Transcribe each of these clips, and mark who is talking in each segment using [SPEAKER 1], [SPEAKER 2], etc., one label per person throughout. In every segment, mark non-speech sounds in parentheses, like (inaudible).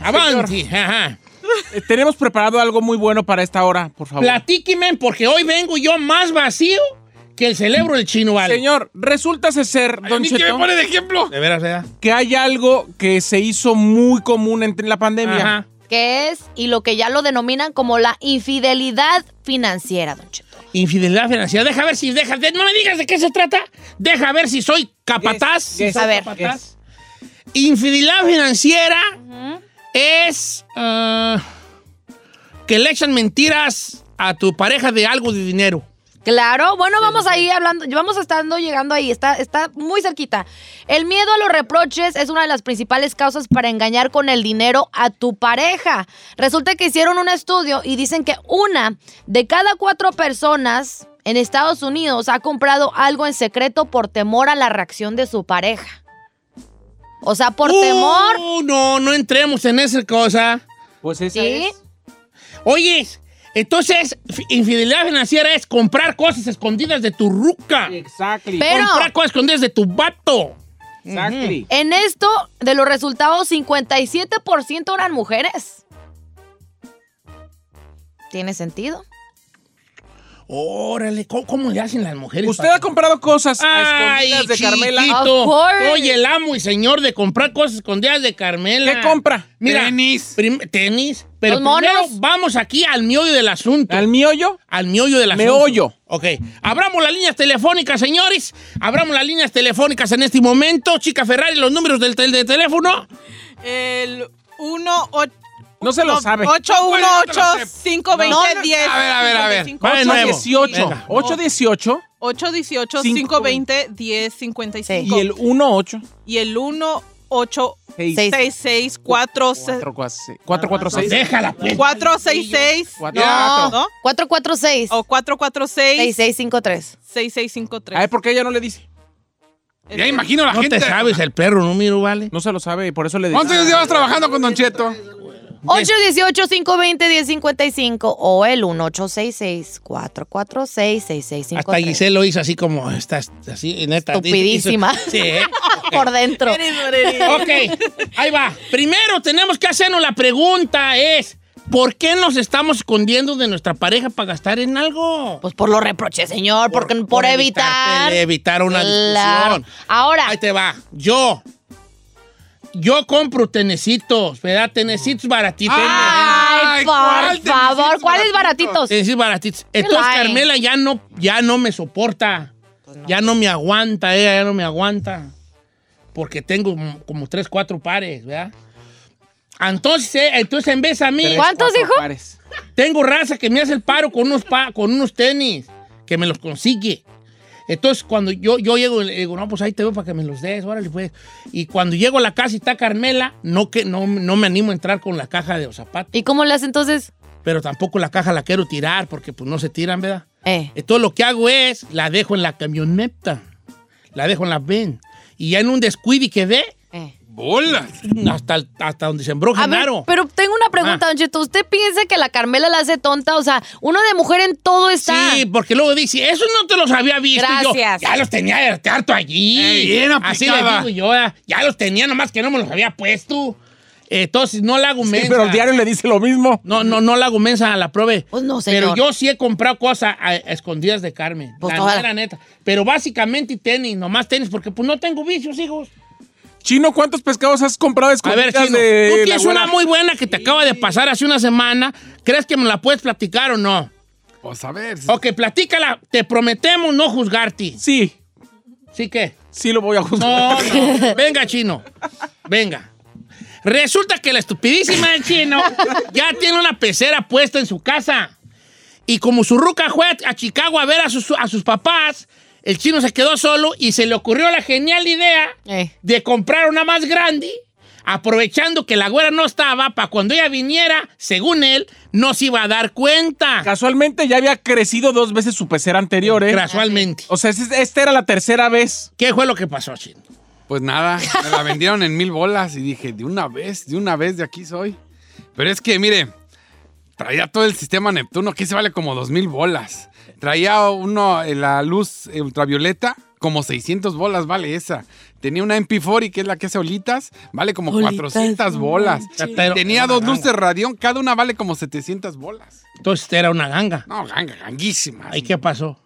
[SPEAKER 1] Avanti. Ajá.
[SPEAKER 2] Eh, Tenemos preparado algo muy bueno para esta hora, por favor.
[SPEAKER 1] Platíqueme, porque hoy vengo yo más vacío que el cerebro del chino, ¿vale?
[SPEAKER 2] Señor, resulta ser,
[SPEAKER 3] Ay, a
[SPEAKER 2] don
[SPEAKER 3] mí que me
[SPEAKER 2] Cheto,
[SPEAKER 3] pone de ejemplo.
[SPEAKER 4] De veras, ¿verdad?
[SPEAKER 2] que hay algo que se hizo muy común entre la pandemia.
[SPEAKER 1] Ajá.
[SPEAKER 5] que es y lo que ya lo denominan como la infidelidad financiera, don Cheto.
[SPEAKER 1] Infidelidad financiera. Deja ver si. Deja, de- no me digas de qué se trata. Deja ver si soy capataz.
[SPEAKER 2] Yes,
[SPEAKER 1] si
[SPEAKER 2] yes,
[SPEAKER 1] soy
[SPEAKER 5] A ver.
[SPEAKER 1] capataz. Infidelidad financiera es. ah, que le echan mentiras a tu pareja de algo de dinero.
[SPEAKER 5] Claro, bueno, vamos ahí hablando, vamos estando llegando ahí, está, está muy cerquita. El miedo a los reproches es una de las principales causas para engañar con el dinero a tu pareja. Resulta que hicieron un estudio y dicen que una de cada cuatro personas en Estados Unidos ha comprado algo en secreto por temor a la reacción de su pareja. O sea, por
[SPEAKER 1] Uh,
[SPEAKER 5] temor.
[SPEAKER 1] No, no entremos en esa cosa.
[SPEAKER 2] Pues esa
[SPEAKER 5] Sí.
[SPEAKER 2] es.
[SPEAKER 1] Oye, entonces, fi- infidelidad financiera es comprar cosas escondidas de tu ruca.
[SPEAKER 2] Exactly.
[SPEAKER 5] Pero-
[SPEAKER 1] Comprar cosas escondidas de tu vato.
[SPEAKER 2] exactly.
[SPEAKER 5] En esto, de los resultados, 57% eran mujeres. ¿Tiene sentido?
[SPEAKER 1] Órale, ¿cómo, cómo le hacen las mujeres?
[SPEAKER 2] Usted
[SPEAKER 1] para-
[SPEAKER 2] ha comprado cosas a
[SPEAKER 1] Ay,
[SPEAKER 2] escondidas de Carmela.
[SPEAKER 5] chiquito. Of
[SPEAKER 1] chiquito.
[SPEAKER 5] course.
[SPEAKER 1] Soy el amo y señor de comprar cosas escondidas de Carmela.
[SPEAKER 2] ¿Qué compra?
[SPEAKER 1] Mira,
[SPEAKER 3] Tenis.
[SPEAKER 1] prim- tenis. Pero
[SPEAKER 5] Los monos.
[SPEAKER 1] primero vamos aquí al meollo del asunto.
[SPEAKER 2] ¿Al miollo?
[SPEAKER 1] Al miollo del asunto.
[SPEAKER 2] Meollo.
[SPEAKER 1] Ok. Abramos las líneas telefónicas, señores. Abramos las líneas telefónicas en este momento. Chica Ferrari, los números del tel- de teléfono.
[SPEAKER 6] El 1
[SPEAKER 2] No se lo sabe.
[SPEAKER 6] 8 1 8 5 20
[SPEAKER 5] No, no,
[SPEAKER 6] 10
[SPEAKER 3] a ver, a ver, a ver.
[SPEAKER 6] 55,
[SPEAKER 1] Va de nuevo.
[SPEAKER 2] 18.
[SPEAKER 1] Venga.
[SPEAKER 2] 818
[SPEAKER 6] 8 18
[SPEAKER 2] Cinco,
[SPEAKER 6] 5 20 10 55
[SPEAKER 2] y el 18.
[SPEAKER 6] y el 1 8
[SPEAKER 2] Seis.
[SPEAKER 6] 6 6 4
[SPEAKER 2] 446.
[SPEAKER 1] Déjala, pues.
[SPEAKER 6] 4 6 6
[SPEAKER 2] Cuatro.
[SPEAKER 5] No.
[SPEAKER 6] ¿no?
[SPEAKER 5] 446.
[SPEAKER 6] O 4 4 6
[SPEAKER 5] 6653.
[SPEAKER 6] 6 6 5
[SPEAKER 2] A ver,
[SPEAKER 6] 3
[SPEAKER 2] ¿por qué Ah, ella no le dice?
[SPEAKER 3] Ya
[SPEAKER 6] Este.
[SPEAKER 3] imagino la
[SPEAKER 1] No
[SPEAKER 3] gente.
[SPEAKER 1] te sabes el perro número, ¿vale?
[SPEAKER 2] No se lo sabe y por eso le dice.
[SPEAKER 3] ¿Cuántos años llevas trabajando con Don Cheto?
[SPEAKER 5] 818-520-1055 o el 1866-446-6653.
[SPEAKER 1] Hasta
[SPEAKER 5] (laughs)
[SPEAKER 1] Giselle lo hizo así como, estás así, neta. hizo-
[SPEAKER 5] Estupidísima.
[SPEAKER 1] hizo- sí, ¿eh?
[SPEAKER 5] Ah, Por dentro.
[SPEAKER 1] Ok, ahí va. Primero tenemos que hacernos la pregunta es, ¿por qué nos estamos escondiendo de nuestra pareja para gastar en algo?
[SPEAKER 5] Pues por los reproches, señor, porque por,
[SPEAKER 1] evitarte
[SPEAKER 5] evitar.
[SPEAKER 1] de Evitar una
[SPEAKER 5] Claro.
[SPEAKER 1] discusión.
[SPEAKER 5] Ahora,
[SPEAKER 1] Ahí te va. Yo. Yo compro tenecitos, ¿verdad? Tenecitos baratitos.
[SPEAKER 5] ay,
[SPEAKER 3] Ay, ¿cuál
[SPEAKER 5] por
[SPEAKER 3] de mis
[SPEAKER 5] favor,
[SPEAKER 3] hijos
[SPEAKER 5] ¿cuáles
[SPEAKER 3] baratitos?
[SPEAKER 5] baratitos?
[SPEAKER 1] Tenecitos baratitos. Entonces
[SPEAKER 5] lying.
[SPEAKER 1] Carmela ya no, ya no me soporta. Ya no me aguanta, ella ya no me aguanta. Porque tengo como- como tres, cuatro pares, ¿verdad? Entonces, eh, entonces en vez a mí.
[SPEAKER 5] ¿Cuántos dijo?
[SPEAKER 2] pares.
[SPEAKER 1] Tengo raza que me hace el paro con unos, pa- con unos tenis, que me los consigue. Entonces, cuando yo, yo llego, le digo, no, pues ahí te veo para que me los des, órale, pues. Y cuando llego a la casa y está Carmela, no, que, no, no me animo a entrar con la caja de los zapatos,
[SPEAKER 5] ¿Y cómo le hace entonces?
[SPEAKER 1] pero tampoco la caja la quiero tirar porque pues no se tiran, ¿verdad?
[SPEAKER 5] Eh.
[SPEAKER 1] Entonces, lo que hago es, la dejo en la camioneta, la dejo en la ven y ya en un descuido y que ve
[SPEAKER 5] eh.
[SPEAKER 3] Bolas.
[SPEAKER 1] hasta, el- hasta donde sembró
[SPEAKER 5] A ver,
[SPEAKER 1] Genaro. Ah.
[SPEAKER 5] pero tengo una pregunta, Don Cheto. ¿Usted piensa que la Carmela la hace tonta? O sea, uno de mujer en todo está.
[SPEAKER 1] Sí, porque luego dice, eso no te los había visto. Y yo,
[SPEAKER 5] Gracias.
[SPEAKER 1] ya los tenía de harto allí.
[SPEAKER 3] Ey, bien
[SPEAKER 1] Así le
[SPEAKER 3] aplicada.
[SPEAKER 1] digo yo, ah, ya los tenía, nomás que no me los había puesto. Entonces, no la hago
[SPEAKER 2] Sí,
[SPEAKER 1] mensa.
[SPEAKER 2] pero el diario le dice lo mismo.
[SPEAKER 1] No, no, no la hago mensa a la prove.
[SPEAKER 5] Pues no,
[SPEAKER 1] Pero
[SPEAKER 5] señor.
[SPEAKER 1] yo sí he comprado cosas a- a escondidas de Carmen.
[SPEAKER 5] Pues
[SPEAKER 1] la
[SPEAKER 5] toda la-
[SPEAKER 1] mera neta. Pero básicamente tenis, nomás tenis, porque pues no tengo vicios, hijos.
[SPEAKER 2] Chino, ¿cuántos pescados has comprado
[SPEAKER 1] A ver,
[SPEAKER 2] escondidas
[SPEAKER 1] Chino,
[SPEAKER 2] de
[SPEAKER 1] tú
[SPEAKER 2] la
[SPEAKER 1] tienes
[SPEAKER 2] abuela?
[SPEAKER 1] una muy buena que te acaba de pasar hace una semana. ¿Crees que me la puedes platicar o no?
[SPEAKER 3] Pues a ver. si-
[SPEAKER 1] Ok, platícala. Te prometemos no juzgarte.
[SPEAKER 2] Sí,
[SPEAKER 1] ¿Sí que?
[SPEAKER 2] sí lo voy a juzgar.
[SPEAKER 1] No,
[SPEAKER 3] (laughs)
[SPEAKER 1] no. Venga, chino. Venga. Resulta que la estupidísima del chino ya tiene una pecera puesta en su casa. Y como su ruca fue a- a Chicago a ver a sus, a sus papás, el chino se quedó solo y se le ocurrió la genial idea
[SPEAKER 5] Eh.
[SPEAKER 1] de comprar una más grande, aprovechando que la güera no estaba, para cuando ella viniera, según él, no se iba a dar cuenta.
[SPEAKER 2] Casualmente ya había crecido dos veces su pecera anterior, ¿eh?
[SPEAKER 1] Casualmente.
[SPEAKER 2] O sea, es- esta era la tercera vez.
[SPEAKER 1] ¿Qué fue lo que pasó, chino?
[SPEAKER 3] Pues nada, me la vendieron en mil bolas y dije, de una vez, de una vez de aquí soy. Pero es que, mire, traía todo el sistema Neptuno, que se vale como dos mil bolas. Traía uno, eh, la luz eh, ultravioleta como 600 bolas vale esa. Tenía una MP40, que es la que hace olitas, vale como
[SPEAKER 6] Olitas,
[SPEAKER 3] 400
[SPEAKER 6] no
[SPEAKER 3] bolas.
[SPEAKER 1] manches. Esta era
[SPEAKER 3] Tenía
[SPEAKER 1] una
[SPEAKER 3] dos
[SPEAKER 1] ganga.
[SPEAKER 3] luces radión, cada una vale como 700 bolas.
[SPEAKER 1] Entonces esta era una ganga.
[SPEAKER 3] No, ganga, ganguísima.
[SPEAKER 1] ¿Y qué pasó?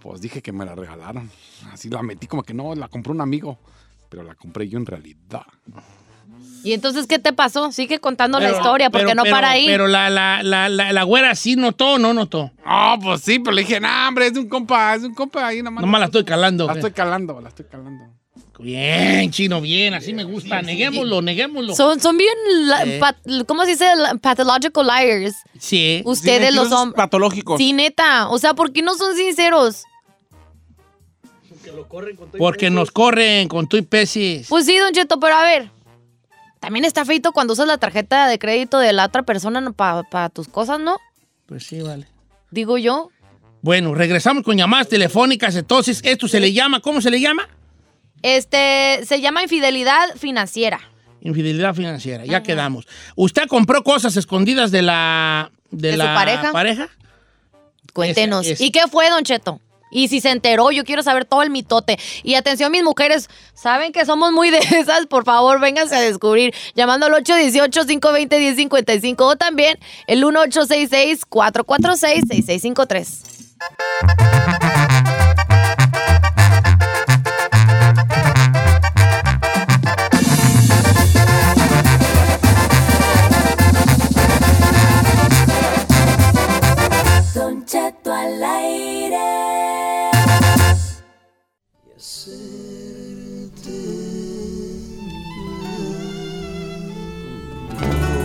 [SPEAKER 3] Pues dije que me la regalaron. Así la metí como que no, la compró un amigo. Pero la compré yo en realidad.
[SPEAKER 5] ¿Y entonces qué te pasó? Sigue contando la
[SPEAKER 1] Pero-
[SPEAKER 5] historia porque
[SPEAKER 1] pero-
[SPEAKER 5] no
[SPEAKER 1] pero-
[SPEAKER 5] para ahí.
[SPEAKER 1] Pero la, la, la, la, la güera sí notó o no notó.
[SPEAKER 3] Ah, pues sí, pero le dije, no, hombre, es de un compa, es de un compa ahí nomás.
[SPEAKER 1] Nomás la estoy calando.
[SPEAKER 3] La
[SPEAKER 1] güey.
[SPEAKER 3] estoy calando, la estoy calando.
[SPEAKER 1] Bien, chino, bien. Así me gusta. Neguémoslo, neguémoslo.
[SPEAKER 5] son, son bien, la-
[SPEAKER 1] Eh.
[SPEAKER 5] pat- ¿cómo se dice? La- Pathological liars.
[SPEAKER 1] sí.
[SPEAKER 5] Ustedes los
[SPEAKER 2] Mentirosos
[SPEAKER 5] hombres.
[SPEAKER 2] Patológicos.
[SPEAKER 5] Sí, neta. O sea, ¿por qué no son sinceros?
[SPEAKER 1] Porque nos corren con tu y pesis.
[SPEAKER 5] Pues sí, Don Cheto, pero a ver. También está feito cuando usas la tarjeta de crédito de la otra persona para tus cosas, ¿no?
[SPEAKER 1] Pues sí, vale.
[SPEAKER 5] Digo yo.
[SPEAKER 1] Bueno, regresamos con llamadas telefónicas. Entonces, esto se le llama, ¿cómo se le llama?
[SPEAKER 5] Este, se llama infidelidad financiera.
[SPEAKER 1] Infidelidad financiera. Ya quedamos. ¿Usted compró cosas escondidas de la, de
[SPEAKER 5] ¿De su
[SPEAKER 1] la
[SPEAKER 5] pareja? Cuéntenos.
[SPEAKER 1] Esa es.
[SPEAKER 5] ¿Y qué fue, Don Cheto? Y si se enteró, yo quiero saber todo el mitote. Y atención, mis mujeres, saben que somos muy de esas, por favor, vénganse a descubrir. Llamando al 818-520-1055 o también el 1866-446-6653.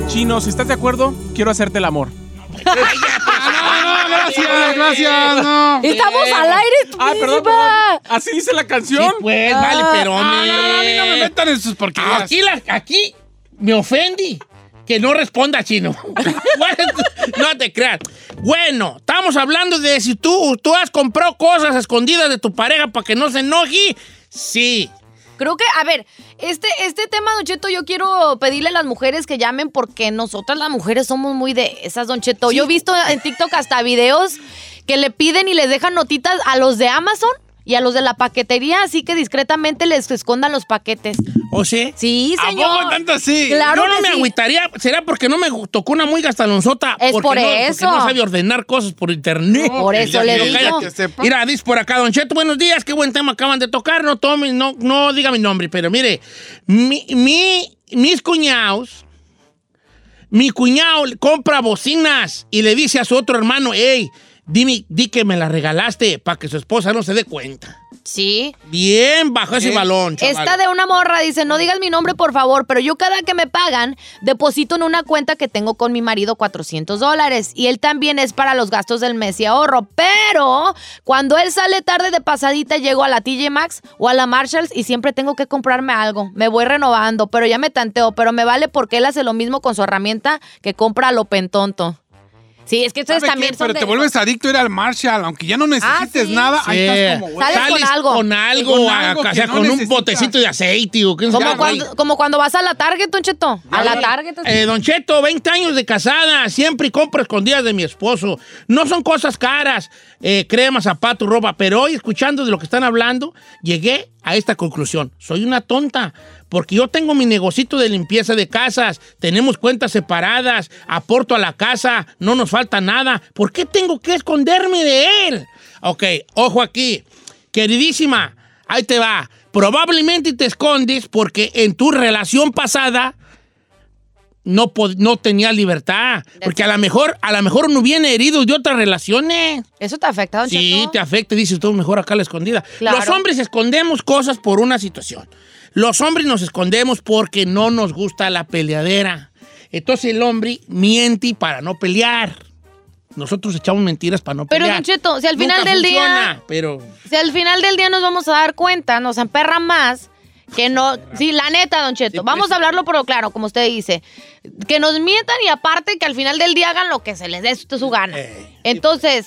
[SPEAKER 2] Chino, si estás de acuerdo, quiero hacerte el amor.
[SPEAKER 3] Ah, gracias, gracias, no.
[SPEAKER 5] Estamos al aire,
[SPEAKER 2] Ah, perdón,
[SPEAKER 5] estupidísima.
[SPEAKER 2] perdón. Así dice la
[SPEAKER 1] Sí,
[SPEAKER 2] canción.
[SPEAKER 1] pues, vale, pero
[SPEAKER 3] Ah, no, no, a mí no me metan en sus porquerías.
[SPEAKER 1] Aquí, la- aquí me ofendí que no responda chino. (laughs) What? no te creas. Bueno, estamos hablando de si tú, tú has comprado cosas escondidas de tu pareja para que no se enoje. Sí.
[SPEAKER 5] Creo que, a ver, este, este tema, Don Cheto, yo quiero pedirle a las mujeres que llamen porque nosotras las mujeres somos muy de esas, Don Cheto. Yo he visto en TikTok hasta videos que le piden y les dejan notitas a los de Amazon y a los de la paquetería, así que discretamente les escondan los paquetes.
[SPEAKER 1] ¿O sí?
[SPEAKER 5] Sí,
[SPEAKER 3] ¿A
[SPEAKER 5] señor.
[SPEAKER 3] poco tanto así?
[SPEAKER 5] Claro
[SPEAKER 1] Yo no
[SPEAKER 5] que
[SPEAKER 1] me
[SPEAKER 5] sí.
[SPEAKER 1] agüitaría. Será porque no me gu- tocó una muy gastalonzota.
[SPEAKER 5] Es
[SPEAKER 1] porque
[SPEAKER 5] por
[SPEAKER 1] no, porque
[SPEAKER 5] eso.
[SPEAKER 1] no sabe ordenar cosas por internet.
[SPEAKER 3] No,
[SPEAKER 5] Por
[SPEAKER 3] que
[SPEAKER 5] eso
[SPEAKER 3] ya
[SPEAKER 5] le
[SPEAKER 3] quiero
[SPEAKER 5] digo.
[SPEAKER 3] callar, que sepa.
[SPEAKER 1] Mira, dice por acá, Don Cheto, buenos días, qué buen tema acaban de tocar, no tome, no, no diga mi nombre, pero mire, mi, mi- mis cuñados, mi cuñado le compra bocinas y le dice a su otro hermano, hey, dime, di que me la regalaste para que su esposa no se dé cuenta.
[SPEAKER 5] Sí.
[SPEAKER 1] Bien bajo
[SPEAKER 3] Eh,
[SPEAKER 1] ese balón, chaval.
[SPEAKER 5] Esta de una morra dice, no digas mi nombre, por favor, pero yo cada que me pagan, deposito en una cuenta que tengo con mi marido 400 dólares y él también es para los gastos del mes y ahorro. Pero cuando él sale tarde de pasadita, llego a la TJ Maxx o a la Marshalls y siempre tengo que comprarme algo. Me voy renovando, pero ya me tanteo, pero me vale porque él hace lo mismo con su herramienta que compra a lo pentonto. Sí, es que ustedes
[SPEAKER 3] ¿Sabe qué?
[SPEAKER 5] también son
[SPEAKER 3] Pero
[SPEAKER 5] de
[SPEAKER 3] te
[SPEAKER 5] esos.
[SPEAKER 3] vuelves adicto a ir al Marshall, aunque ya no necesites
[SPEAKER 5] sí.
[SPEAKER 3] nada, ahí estás
[SPEAKER 1] Sí.
[SPEAKER 3] como güey.
[SPEAKER 5] Sales con algo.
[SPEAKER 1] Con algo,
[SPEAKER 3] Con
[SPEAKER 1] a-
[SPEAKER 3] algo
[SPEAKER 1] o
[SPEAKER 3] que
[SPEAKER 1] sea,
[SPEAKER 3] no
[SPEAKER 1] con un
[SPEAKER 3] necesitas.
[SPEAKER 1] botecito de aceite o qué sé
[SPEAKER 5] Como
[SPEAKER 1] yo.
[SPEAKER 5] cuando, como cuando vas a la Target, Don Cheto. A la Target.
[SPEAKER 1] Eh, don Cheto, 20 años de casada, siempre compro escondidas de mi esposo. No son cosas caras, eh, crema, zapato, ropa, pero hoy escuchando de lo que están hablando, llegué a esta conclusión. Soy una tonta, porque yo tengo mi negocito de limpieza de casas, tenemos cuentas separadas, aporto a la casa, no nos falta nada. ¿Por qué tengo que esconderme de él? Ok, ojo aquí. Queridísima, ahí te va. Probablemente te escondes porque en tu relación pasada no, pod- no tenía libertad. Porque a lo mejor, a lo mejor uno viene herido de otras relaciones.
[SPEAKER 5] ¿Eso te afecta, Don
[SPEAKER 1] Sí,
[SPEAKER 5] Cheto?
[SPEAKER 1] te afecta, dices tú, mejor acá la escondida.
[SPEAKER 5] Claro.
[SPEAKER 1] Los hombres escondemos cosas por una situación. Los hombres nos escondemos porque no nos gusta la peleadera. Entonces el hombre miente para no pelear. Nosotros echamos mentiras para no
[SPEAKER 5] Pero,
[SPEAKER 1] pelear.
[SPEAKER 5] Don Cheto, si al final
[SPEAKER 1] Nunca
[SPEAKER 5] del día-
[SPEAKER 1] funciona, Pero
[SPEAKER 5] Si al final del día nos vamos a dar cuenta, nos emperra más que no. Sí, la neta, Don Cheto.
[SPEAKER 1] Sí, pues.
[SPEAKER 5] Vamos a hablarlo por lo claro, como usted dice. Que nos mientan y aparte que al final del día hagan lo que se les dé su su gana.
[SPEAKER 1] Eh,
[SPEAKER 5] Entonces,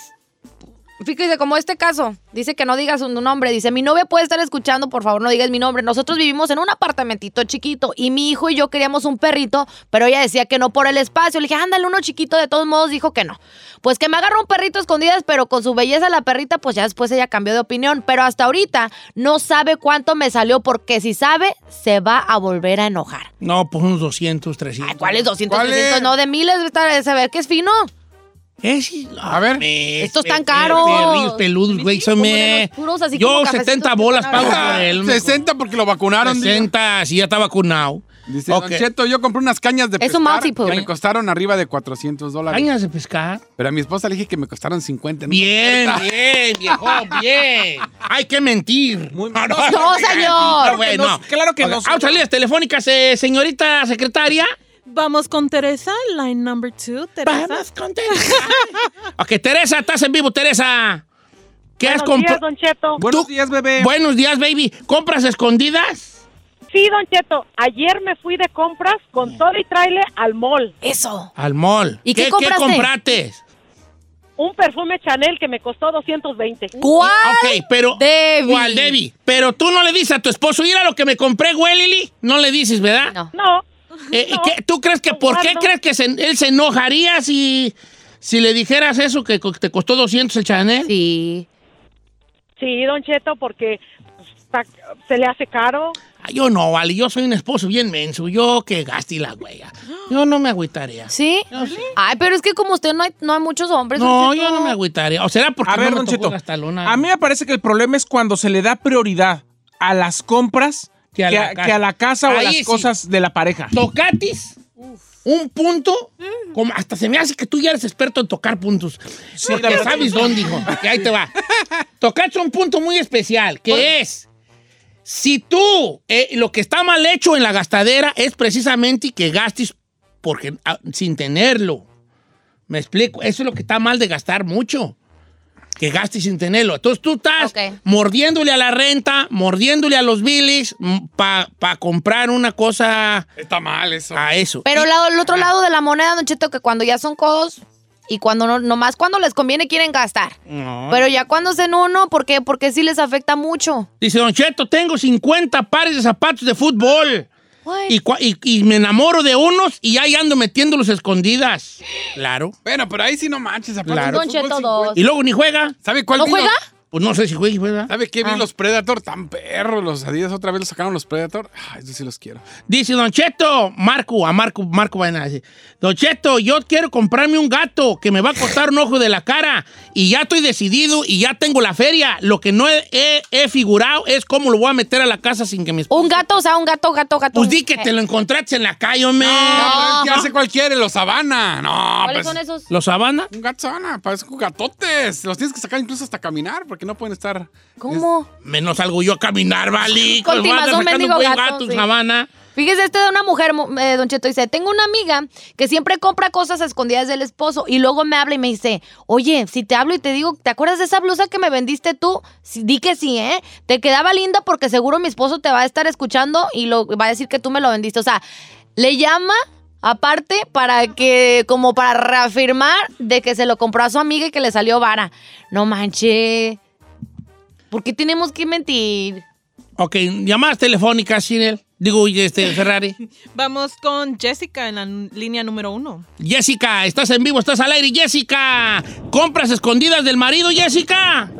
[SPEAKER 5] Fíjese, como este caso, dice que no digas un nombre, dice, mi novia puede estar escuchando, por favor no digas mi nombre. Nosotros vivimos en un apartamentito chiquito y mi hijo y yo queríamos un perrito, pero ella decía que no por el espacio. Le dije, ándale, uno chiquito, de todos modos dijo que no. Pues que me agarró un perrito a escondidas, pero con su belleza la perrita, pues ya después ella cambió de opinión. Pero hasta ahorita no sabe cuánto me salió, porque si sabe, se va a volver a enojar.
[SPEAKER 1] No, pues unos 200, 300.
[SPEAKER 5] Ay, ¿cuál es 200,
[SPEAKER 3] ¿Cuál es?
[SPEAKER 5] 300? No, de miles, está- de saber que es fino.
[SPEAKER 1] Es-
[SPEAKER 3] Eh, A ver.
[SPEAKER 1] Mes,
[SPEAKER 5] Estos tan
[SPEAKER 1] pe-
[SPEAKER 5] caros.
[SPEAKER 1] Perrillos peludos, güey. son
[SPEAKER 5] como
[SPEAKER 1] me-
[SPEAKER 5] de los puros, así como
[SPEAKER 1] Yo
[SPEAKER 5] cafecitos
[SPEAKER 1] 70
[SPEAKER 5] que
[SPEAKER 1] bolas
[SPEAKER 5] están
[SPEAKER 1] pago por
[SPEAKER 5] ahora.
[SPEAKER 1] él.
[SPEAKER 3] 60 porque lo vacunaron. digo.
[SPEAKER 1] 60, si ya está vacunado.
[SPEAKER 3] Dice,
[SPEAKER 1] Ok.
[SPEAKER 3] "Don Cheto, yo compré unas cañas de
[SPEAKER 5] Es un
[SPEAKER 3] pescar
[SPEAKER 5] multiple.
[SPEAKER 3] que me costaron arriba de 400 dólares.
[SPEAKER 1] Cañas de pescar.
[SPEAKER 3] Pero a mi esposa le dije que me costaron 50. ¿no? (laughs)
[SPEAKER 1] Bien, bien, viejo, bien. Hay que mentir.
[SPEAKER 2] Muy-
[SPEAKER 1] Ah,
[SPEAKER 5] No, señor.
[SPEAKER 1] No, güey,
[SPEAKER 2] Claro que no,
[SPEAKER 1] no.
[SPEAKER 2] claro que
[SPEAKER 1] Ok,
[SPEAKER 2] no,
[SPEAKER 1] Vamos a líneas telefónicas, eh, señorita secretaria.
[SPEAKER 6] (laughs) Vamos con Teresa, line number two. Teresa.
[SPEAKER 1] Vamos con Teresa. (laughs) ok, Teresa, estás en vivo, Teresa. ¿Qué has
[SPEAKER 4] Buenos días,
[SPEAKER 1] comprado?
[SPEAKER 4] Don Cheto.
[SPEAKER 2] Buenos
[SPEAKER 1] Tú-
[SPEAKER 2] días, bebé.
[SPEAKER 1] Buenos días, baby. ¿Compras escondidas?
[SPEAKER 4] Sí, Don Cheto. Ayer me fui de compras con todo y trailer al mall.
[SPEAKER 5] Eso.
[SPEAKER 1] Al mall.
[SPEAKER 5] ¿Y qué
[SPEAKER 1] ¿Qué,
[SPEAKER 5] compraste?
[SPEAKER 1] compraste?
[SPEAKER 4] Un perfume Chanel que me costó 220.
[SPEAKER 5] ¿Cuál?
[SPEAKER 1] Ok, pero.
[SPEAKER 5] Debbie?
[SPEAKER 1] ¿Cuál Debbie? Pero tú no le dices a tu esposo, mira lo que me compré, güey, Lili. No le dices, ¿verdad?
[SPEAKER 5] No.
[SPEAKER 4] No.
[SPEAKER 1] Eh,
[SPEAKER 4] no,
[SPEAKER 1] ¿qué- ¿Tú crees que
[SPEAKER 4] lo
[SPEAKER 1] por qué
[SPEAKER 4] guardo.
[SPEAKER 1] crees que se- él se enojaría si, si le dijeras eso, que co- te costó 200 el Chanel?
[SPEAKER 5] Sí.
[SPEAKER 4] Sí, Don Cheto, porque pues, está- se le hace caro.
[SPEAKER 1] Ah, yo no, vale, yo soy un esposo bien menso, yo que gaste y la
[SPEAKER 2] (gasps)
[SPEAKER 1] huella. Yo no me agüitaría.
[SPEAKER 5] ¿Sí?
[SPEAKER 1] Yo sí.
[SPEAKER 5] Ay, pero es que como usted no hay, no hay muchos hombres.
[SPEAKER 1] No,
[SPEAKER 5] Don Cheto.
[SPEAKER 1] yo no me agüitaría. O será porque
[SPEAKER 2] A ver,
[SPEAKER 1] no me
[SPEAKER 2] Don
[SPEAKER 1] tocó
[SPEAKER 2] Cheto.
[SPEAKER 1] gastalona.
[SPEAKER 2] A mí me parece que el problema es cuando se le da prioridad a las compras que a, que a la casa o a
[SPEAKER 1] Ahí
[SPEAKER 2] las
[SPEAKER 1] sí.
[SPEAKER 2] cosas de la pareja.
[SPEAKER 1] Tocatis, un punto, como hasta se me hace que tú ya eres experto en tocar puntos.
[SPEAKER 2] la
[SPEAKER 1] porque
[SPEAKER 2] verdad.
[SPEAKER 1] sabes dónde, hijo. Que ahí te va. Tocatis un punto muy especial, que es, si tú, eh, lo que está mal hecho en la gastadera es precisamente que gastes porque, ah, sin tenerlo. Me explico, eso es lo que está mal de gastar mucho. Que gastes sin tenerlo. Entonces tú estás
[SPEAKER 5] Ok.
[SPEAKER 1] mordiéndole a la renta, mordiéndole a los bilis para comprar una cosa
[SPEAKER 3] Está mal eso.
[SPEAKER 1] a eso.
[SPEAKER 5] Pero
[SPEAKER 1] Y- Ah.
[SPEAKER 5] la- el otro lado de la moneda, Don Cheto, que cuando ya son codos y cuando no, nomás cuando les conviene quieren gastar.
[SPEAKER 1] No.
[SPEAKER 5] Pero ya cuando es en uno, ¿por qué? Porque sí les afecta mucho.
[SPEAKER 1] Dice Don Cheto, tengo 50 pares de zapatos de fútbol.
[SPEAKER 5] Ay.
[SPEAKER 1] Y, cua- y- y me enamoro de unos y ahí ando metiéndolos escondidas. Claro.
[SPEAKER 3] Bueno, pero ahí sí no manches. aparte
[SPEAKER 1] Claro.
[SPEAKER 3] de
[SPEAKER 5] Don Cheto
[SPEAKER 3] fútbol,
[SPEAKER 5] dos.
[SPEAKER 3] 50.
[SPEAKER 1] Y luego ni juega.
[SPEAKER 3] ¿Sabe cuál
[SPEAKER 5] ¿No
[SPEAKER 3] vi
[SPEAKER 5] juega? Ah.
[SPEAKER 3] los-
[SPEAKER 1] Pues no sé si juega. juega.
[SPEAKER 3] ¿Sabe qué vi los Predator? Tan perros los Adidas. Otra vez los sacaron los Predator. Ah, eso sí los quiero.
[SPEAKER 1] Dice Don Cheto, Marco, a Marco, Marco Vaina. dice, Don Cheto, yo quiero comprarme un gato que me va a costar un ojo de la cara. Y ya estoy decidido y ya tengo la feria. Lo que no he, he- he figurado es cómo lo voy a meter a la casa sin que mis...
[SPEAKER 5] Un gato, o sea, un gato, gato, gato. Eh,
[SPEAKER 1] Pues di que te lo encontraste en la calle, hombre.
[SPEAKER 3] Ah, pero es que hace cualquiera? Los Sabana. No,
[SPEAKER 5] ¿Cuáles
[SPEAKER 3] pues,
[SPEAKER 5] son esos?
[SPEAKER 1] ¿Los sabana?
[SPEAKER 3] Un gatzana, parecen gatotes. Los tienes que sacar incluso hasta caminar porque no pueden estar.
[SPEAKER 5] ¿Cómo?
[SPEAKER 1] Menos salgo yo a caminar, vale.
[SPEAKER 5] Con
[SPEAKER 1] Pues, voy a andar
[SPEAKER 5] timazón,
[SPEAKER 1] sacando
[SPEAKER 5] mendigo
[SPEAKER 1] un buen
[SPEAKER 5] gato,
[SPEAKER 1] gato,
[SPEAKER 5] sí.
[SPEAKER 1] sabana.
[SPEAKER 5] Fíjese, este de una mujer, mu- eh, Don Cheto dice, tengo una amiga que siempre compra cosas a escondidas del esposo y luego me habla y me dice, oye, si te hablo y te digo, ¿te acuerdas de esa blusa que me vendiste tú? Sí, di que sí, ¿eh? Te quedaba linda porque seguro mi esposo te va a estar escuchando y lo va a decir que tú me lo vendiste. O sea, le llama aparte para que, como para reafirmar de que se lo compró a su amiga y que le salió vara. No manche. ¿Por qué tenemos que mentir?
[SPEAKER 1] Ok, llamadas telefónicas, Chinel. Digo, y
[SPEAKER 5] (laughs)
[SPEAKER 1] este, Ferrari.
[SPEAKER 6] Vamos con Jessica en la n- línea número uno.
[SPEAKER 1] Jessica, estás en vivo, estás al aire. Jessica, compras escondidas del marido, Jessica.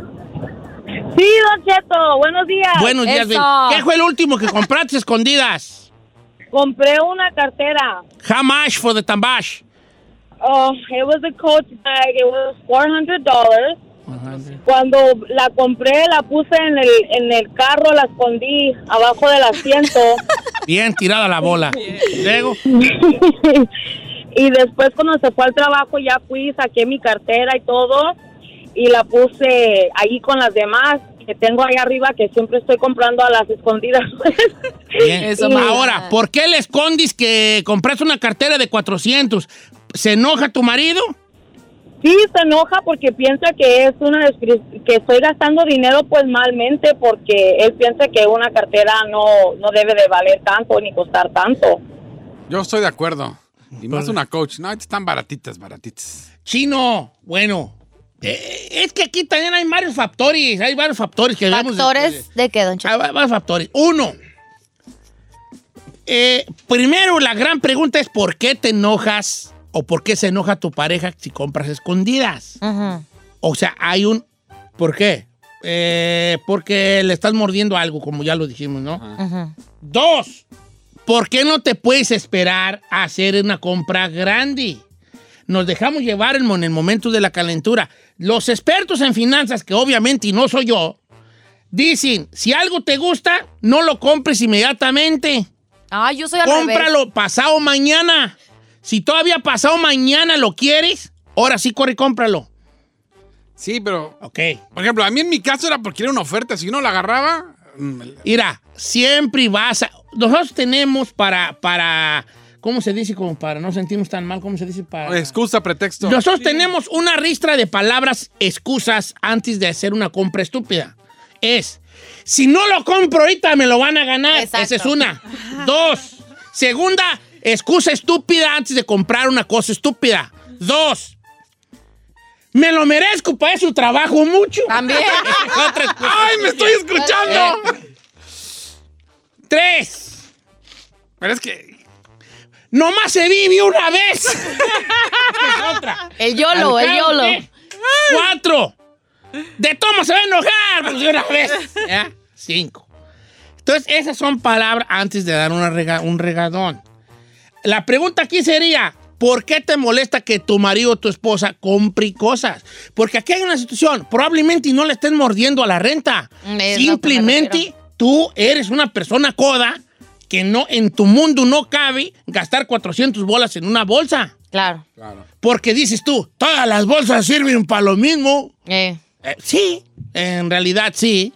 [SPEAKER 4] Sí, Don Cheto. Buenos días.
[SPEAKER 1] Buenos días,
[SPEAKER 5] eso.
[SPEAKER 1] baby. ¿Qué fue el último que compraste escondidas?
[SPEAKER 4] Compré una cartera.
[SPEAKER 1] How much for the tambash?
[SPEAKER 4] Oh, it was a coach bag. It was $400. Cuando la compré, la puse en el, en el carro, la escondí abajo del asiento.
[SPEAKER 1] Bien tirada la bola. Luego,
[SPEAKER 4] y después cuando se fue al trabajo ya fui, saqué mi cartera y todo y la puse ahí con las demás que tengo ahí arriba que siempre estoy comprando a las escondidas. (laughs)
[SPEAKER 1] bien.
[SPEAKER 5] Eso,
[SPEAKER 1] Y
[SPEAKER 5] mamá.
[SPEAKER 1] Ahora, ¿por qué le escondís que compraste una cartera de 400? ¿Se enoja tu marido?
[SPEAKER 4] sí, se enoja porque piensa que es una descri- que estoy gastando dinero pues malmente porque él piensa que una cartera no no debe de valer tanto ni costar tanto.
[SPEAKER 3] Yo estoy de acuerdo. Y más una coach. No, están baratitas, baratitas.
[SPEAKER 1] Chino, bueno, Eh, es que aquí también hay varios factores, hay varios factores que debemos de-
[SPEAKER 5] ¿Factores de qué, don Cheto?
[SPEAKER 1] Hay va- varios factores. Uno, eh, primero la gran pregunta es ¿por qué te enojas o por qué se enoja tu pareja si compras escondidas?
[SPEAKER 5] Ujú.
[SPEAKER 1] O sea, hay un... ¿Por qué? Eh, porque le estás mordiendo algo, como ya lo dijimos, ¿no?
[SPEAKER 5] Ujú.
[SPEAKER 1] Dos, ¿por qué no te puedes esperar a hacer una compra grande? Nos dejamos llevar en mon- el momento de la calentura. Los expertos en finanzas, que obviamente no soy yo, dicen, si algo te gusta, no lo compres inmediatamente.
[SPEAKER 5] Ah, yo soy al revés.
[SPEAKER 1] Cómpralo pasado mañana. Si todavía pasado mañana lo quieres, ahora sí corre y cómpralo.
[SPEAKER 3] Sí, pero.
[SPEAKER 1] Ok.
[SPEAKER 3] Por ejemplo, a mí en mi caso era porque era una oferta. Si yo no la agarraba. mm,
[SPEAKER 1] Mira, siempre vas a... Nosotros tenemos para... para ¿Cómo se dice? Como para no sentirnos tan mal. ¿Cómo se dice? Para...
[SPEAKER 3] Excusa, pretexto.
[SPEAKER 1] Nosotros tenemos una ristra de palabras excusas antes de hacer una compra estúpida. Es, si no lo compro ahorita me lo van a ganar.
[SPEAKER 5] Exacto.
[SPEAKER 1] Esa es una. Dos, segunda, excusa estúpida antes de comprar una cosa estúpida. Dos, me lo merezco para eso trabajo mucho.
[SPEAKER 5] También.
[SPEAKER 1] (laughs) Otra excusa.
[SPEAKER 3] ¡Ay, me estoy escuchando!
[SPEAKER 1] Tres,
[SPEAKER 3] Pero es que.
[SPEAKER 1] nomás se vive una vez. (laughs) Esa es otra.
[SPEAKER 5] El YOLO, el
[SPEAKER 1] Al
[SPEAKER 5] YOLO.
[SPEAKER 1] cante. Cuatro. De tomo se va a enojar pues, de una vez. ¿Ya? Cinco. Entonces, esas son palabras antes de dar una rega- un regadón. La pregunta aquí sería, ¿por qué te molesta que tu marido o tu esposa compre cosas? Porque aquí hay una situación, probablemente no le estén mordiendo a la renta.
[SPEAKER 5] Es lo que
[SPEAKER 1] Simplemente
[SPEAKER 5] me
[SPEAKER 1] tú eres una persona coda que no en tu mundo no cabe gastar 400 bolas en una bolsa.
[SPEAKER 5] Claro.
[SPEAKER 3] Claro.
[SPEAKER 1] Porque dices tú, todas las bolsas sirven para lo mismo.
[SPEAKER 5] Eh.
[SPEAKER 1] Eh, sí, en realidad sí.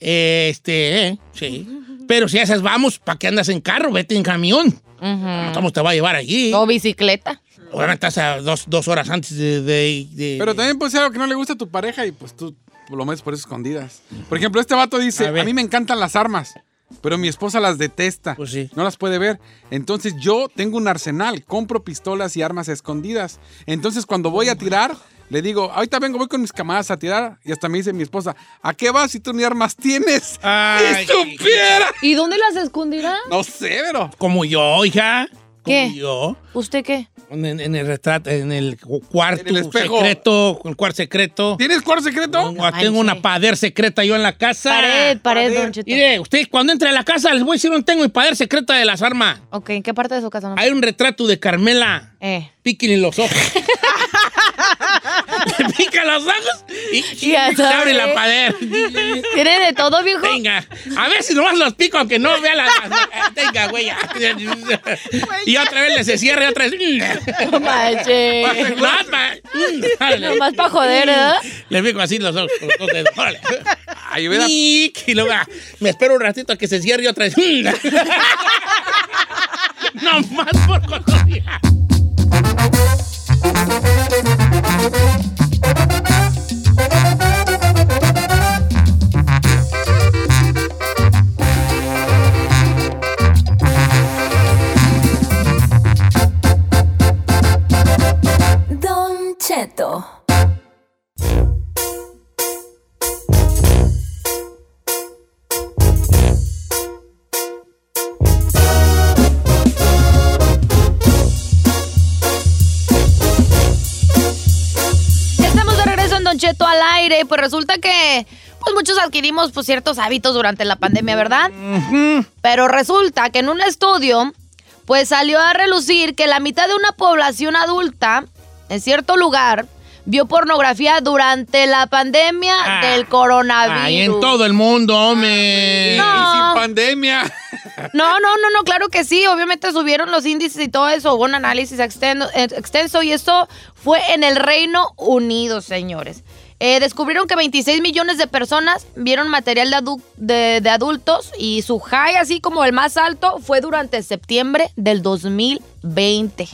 [SPEAKER 1] Eh, este, eh, sí. Pero si a esas vamos, ¿para qué andas en carro? Vete en camión.
[SPEAKER 5] ujú.
[SPEAKER 1] ¿Cómo te va a llevar allí?
[SPEAKER 5] O bicicleta.
[SPEAKER 1] Obviamente estás a dos, dos horas antes de... de- de-
[SPEAKER 3] Pero también puede ser algo que no le gusta a tu pareja y pues tú lo metes por eso escondidas. Por ejemplo, este vato dice,
[SPEAKER 1] A
[SPEAKER 3] a,
[SPEAKER 1] ver.
[SPEAKER 3] mí me encantan las armas, pero mi esposa las detesta.
[SPEAKER 1] Pues sí.
[SPEAKER 3] No las puede ver. Entonces yo tengo un arsenal, compro pistolas y armas escondidas. Entonces cuando voy a tirar, le digo, ahorita vengo, voy con mis camaradas a tirar. Y hasta me dice mi esposa, ¿a qué vas si tú ni armas tienes?
[SPEAKER 1] (laughs) Ay,
[SPEAKER 3] ¡Si supiera!
[SPEAKER 5] ¿Y dónde las escondirá?
[SPEAKER 3] No sé, pero...
[SPEAKER 1] Como yo, hija. Como
[SPEAKER 5] ¿Qué?
[SPEAKER 1] yo.
[SPEAKER 5] ¿Usted qué?
[SPEAKER 1] En, en el retrato, en el cu- cuarto
[SPEAKER 3] En el espejo.
[SPEAKER 1] secreto, el cuarto secreto.
[SPEAKER 3] ¿Tienes cuarto secreto?
[SPEAKER 1] Tengo- tengo una pader secreta yo en la casa.
[SPEAKER 5] Pared, pared, don Cheto.
[SPEAKER 1] Mire, usted cuando entre a la casa les voy a decir dónde tengo mi pader secreta de las armas.
[SPEAKER 5] Ok, ¿en qué parte de su casa no?
[SPEAKER 1] Hay un retrato de Carmela.
[SPEAKER 5] Eh.
[SPEAKER 1] Píquenle los ojos.
[SPEAKER 5] (laughs)
[SPEAKER 1] (laughs) Le pica los ojos y,
[SPEAKER 5] Ya
[SPEAKER 1] se abre
[SPEAKER 5] sabe.
[SPEAKER 1] la pader.
[SPEAKER 5] ¿Tiene de todo, viejo?
[SPEAKER 1] Venga, a ver si nomás los pico aunque no vea la... Venga, güey. ya. y otra vez le se cierra y otra vez...
[SPEAKER 5] No manches.
[SPEAKER 1] Nada (laughs) más. Órale.
[SPEAKER 5] (laughs) Nomás ¿eh? para joder, ¿verdad?
[SPEAKER 1] Le pico así los ojos. con los dos dedos. Órale.
[SPEAKER 3] Ay, hubiera-
[SPEAKER 1] Nic, y luego, ah, me espero un ratito a que se cierre y otra vez. (laughs) no más por cotorrear.
[SPEAKER 7] Don Cheto.
[SPEAKER 5] Estamos de regreso en Don Cheto al aire. Pues resulta que pues muchos adquirimos pues, ciertos hábitos durante la pandemia, ¿verdad? Pero resulta que en un estudio pues salió a relucir que la mitad de una población adulta en cierto lugar vio pornografía durante la pandemia
[SPEAKER 1] Ah,
[SPEAKER 5] del coronavirus.
[SPEAKER 1] Ay, en todo el mundo, hombre.
[SPEAKER 5] No.
[SPEAKER 3] Y sin pandemia.
[SPEAKER 5] No, no, no, no, claro que sí. Obviamente subieron los índices y todo eso. Hubo un análisis extendo- eh, extenso y eso fue en el Reino Unido, señores. Eh, descubrieron que 26 millones de personas vieron material de, adu- de- de adultos y su high, así como el más alto, fue durante septiembre del 2020.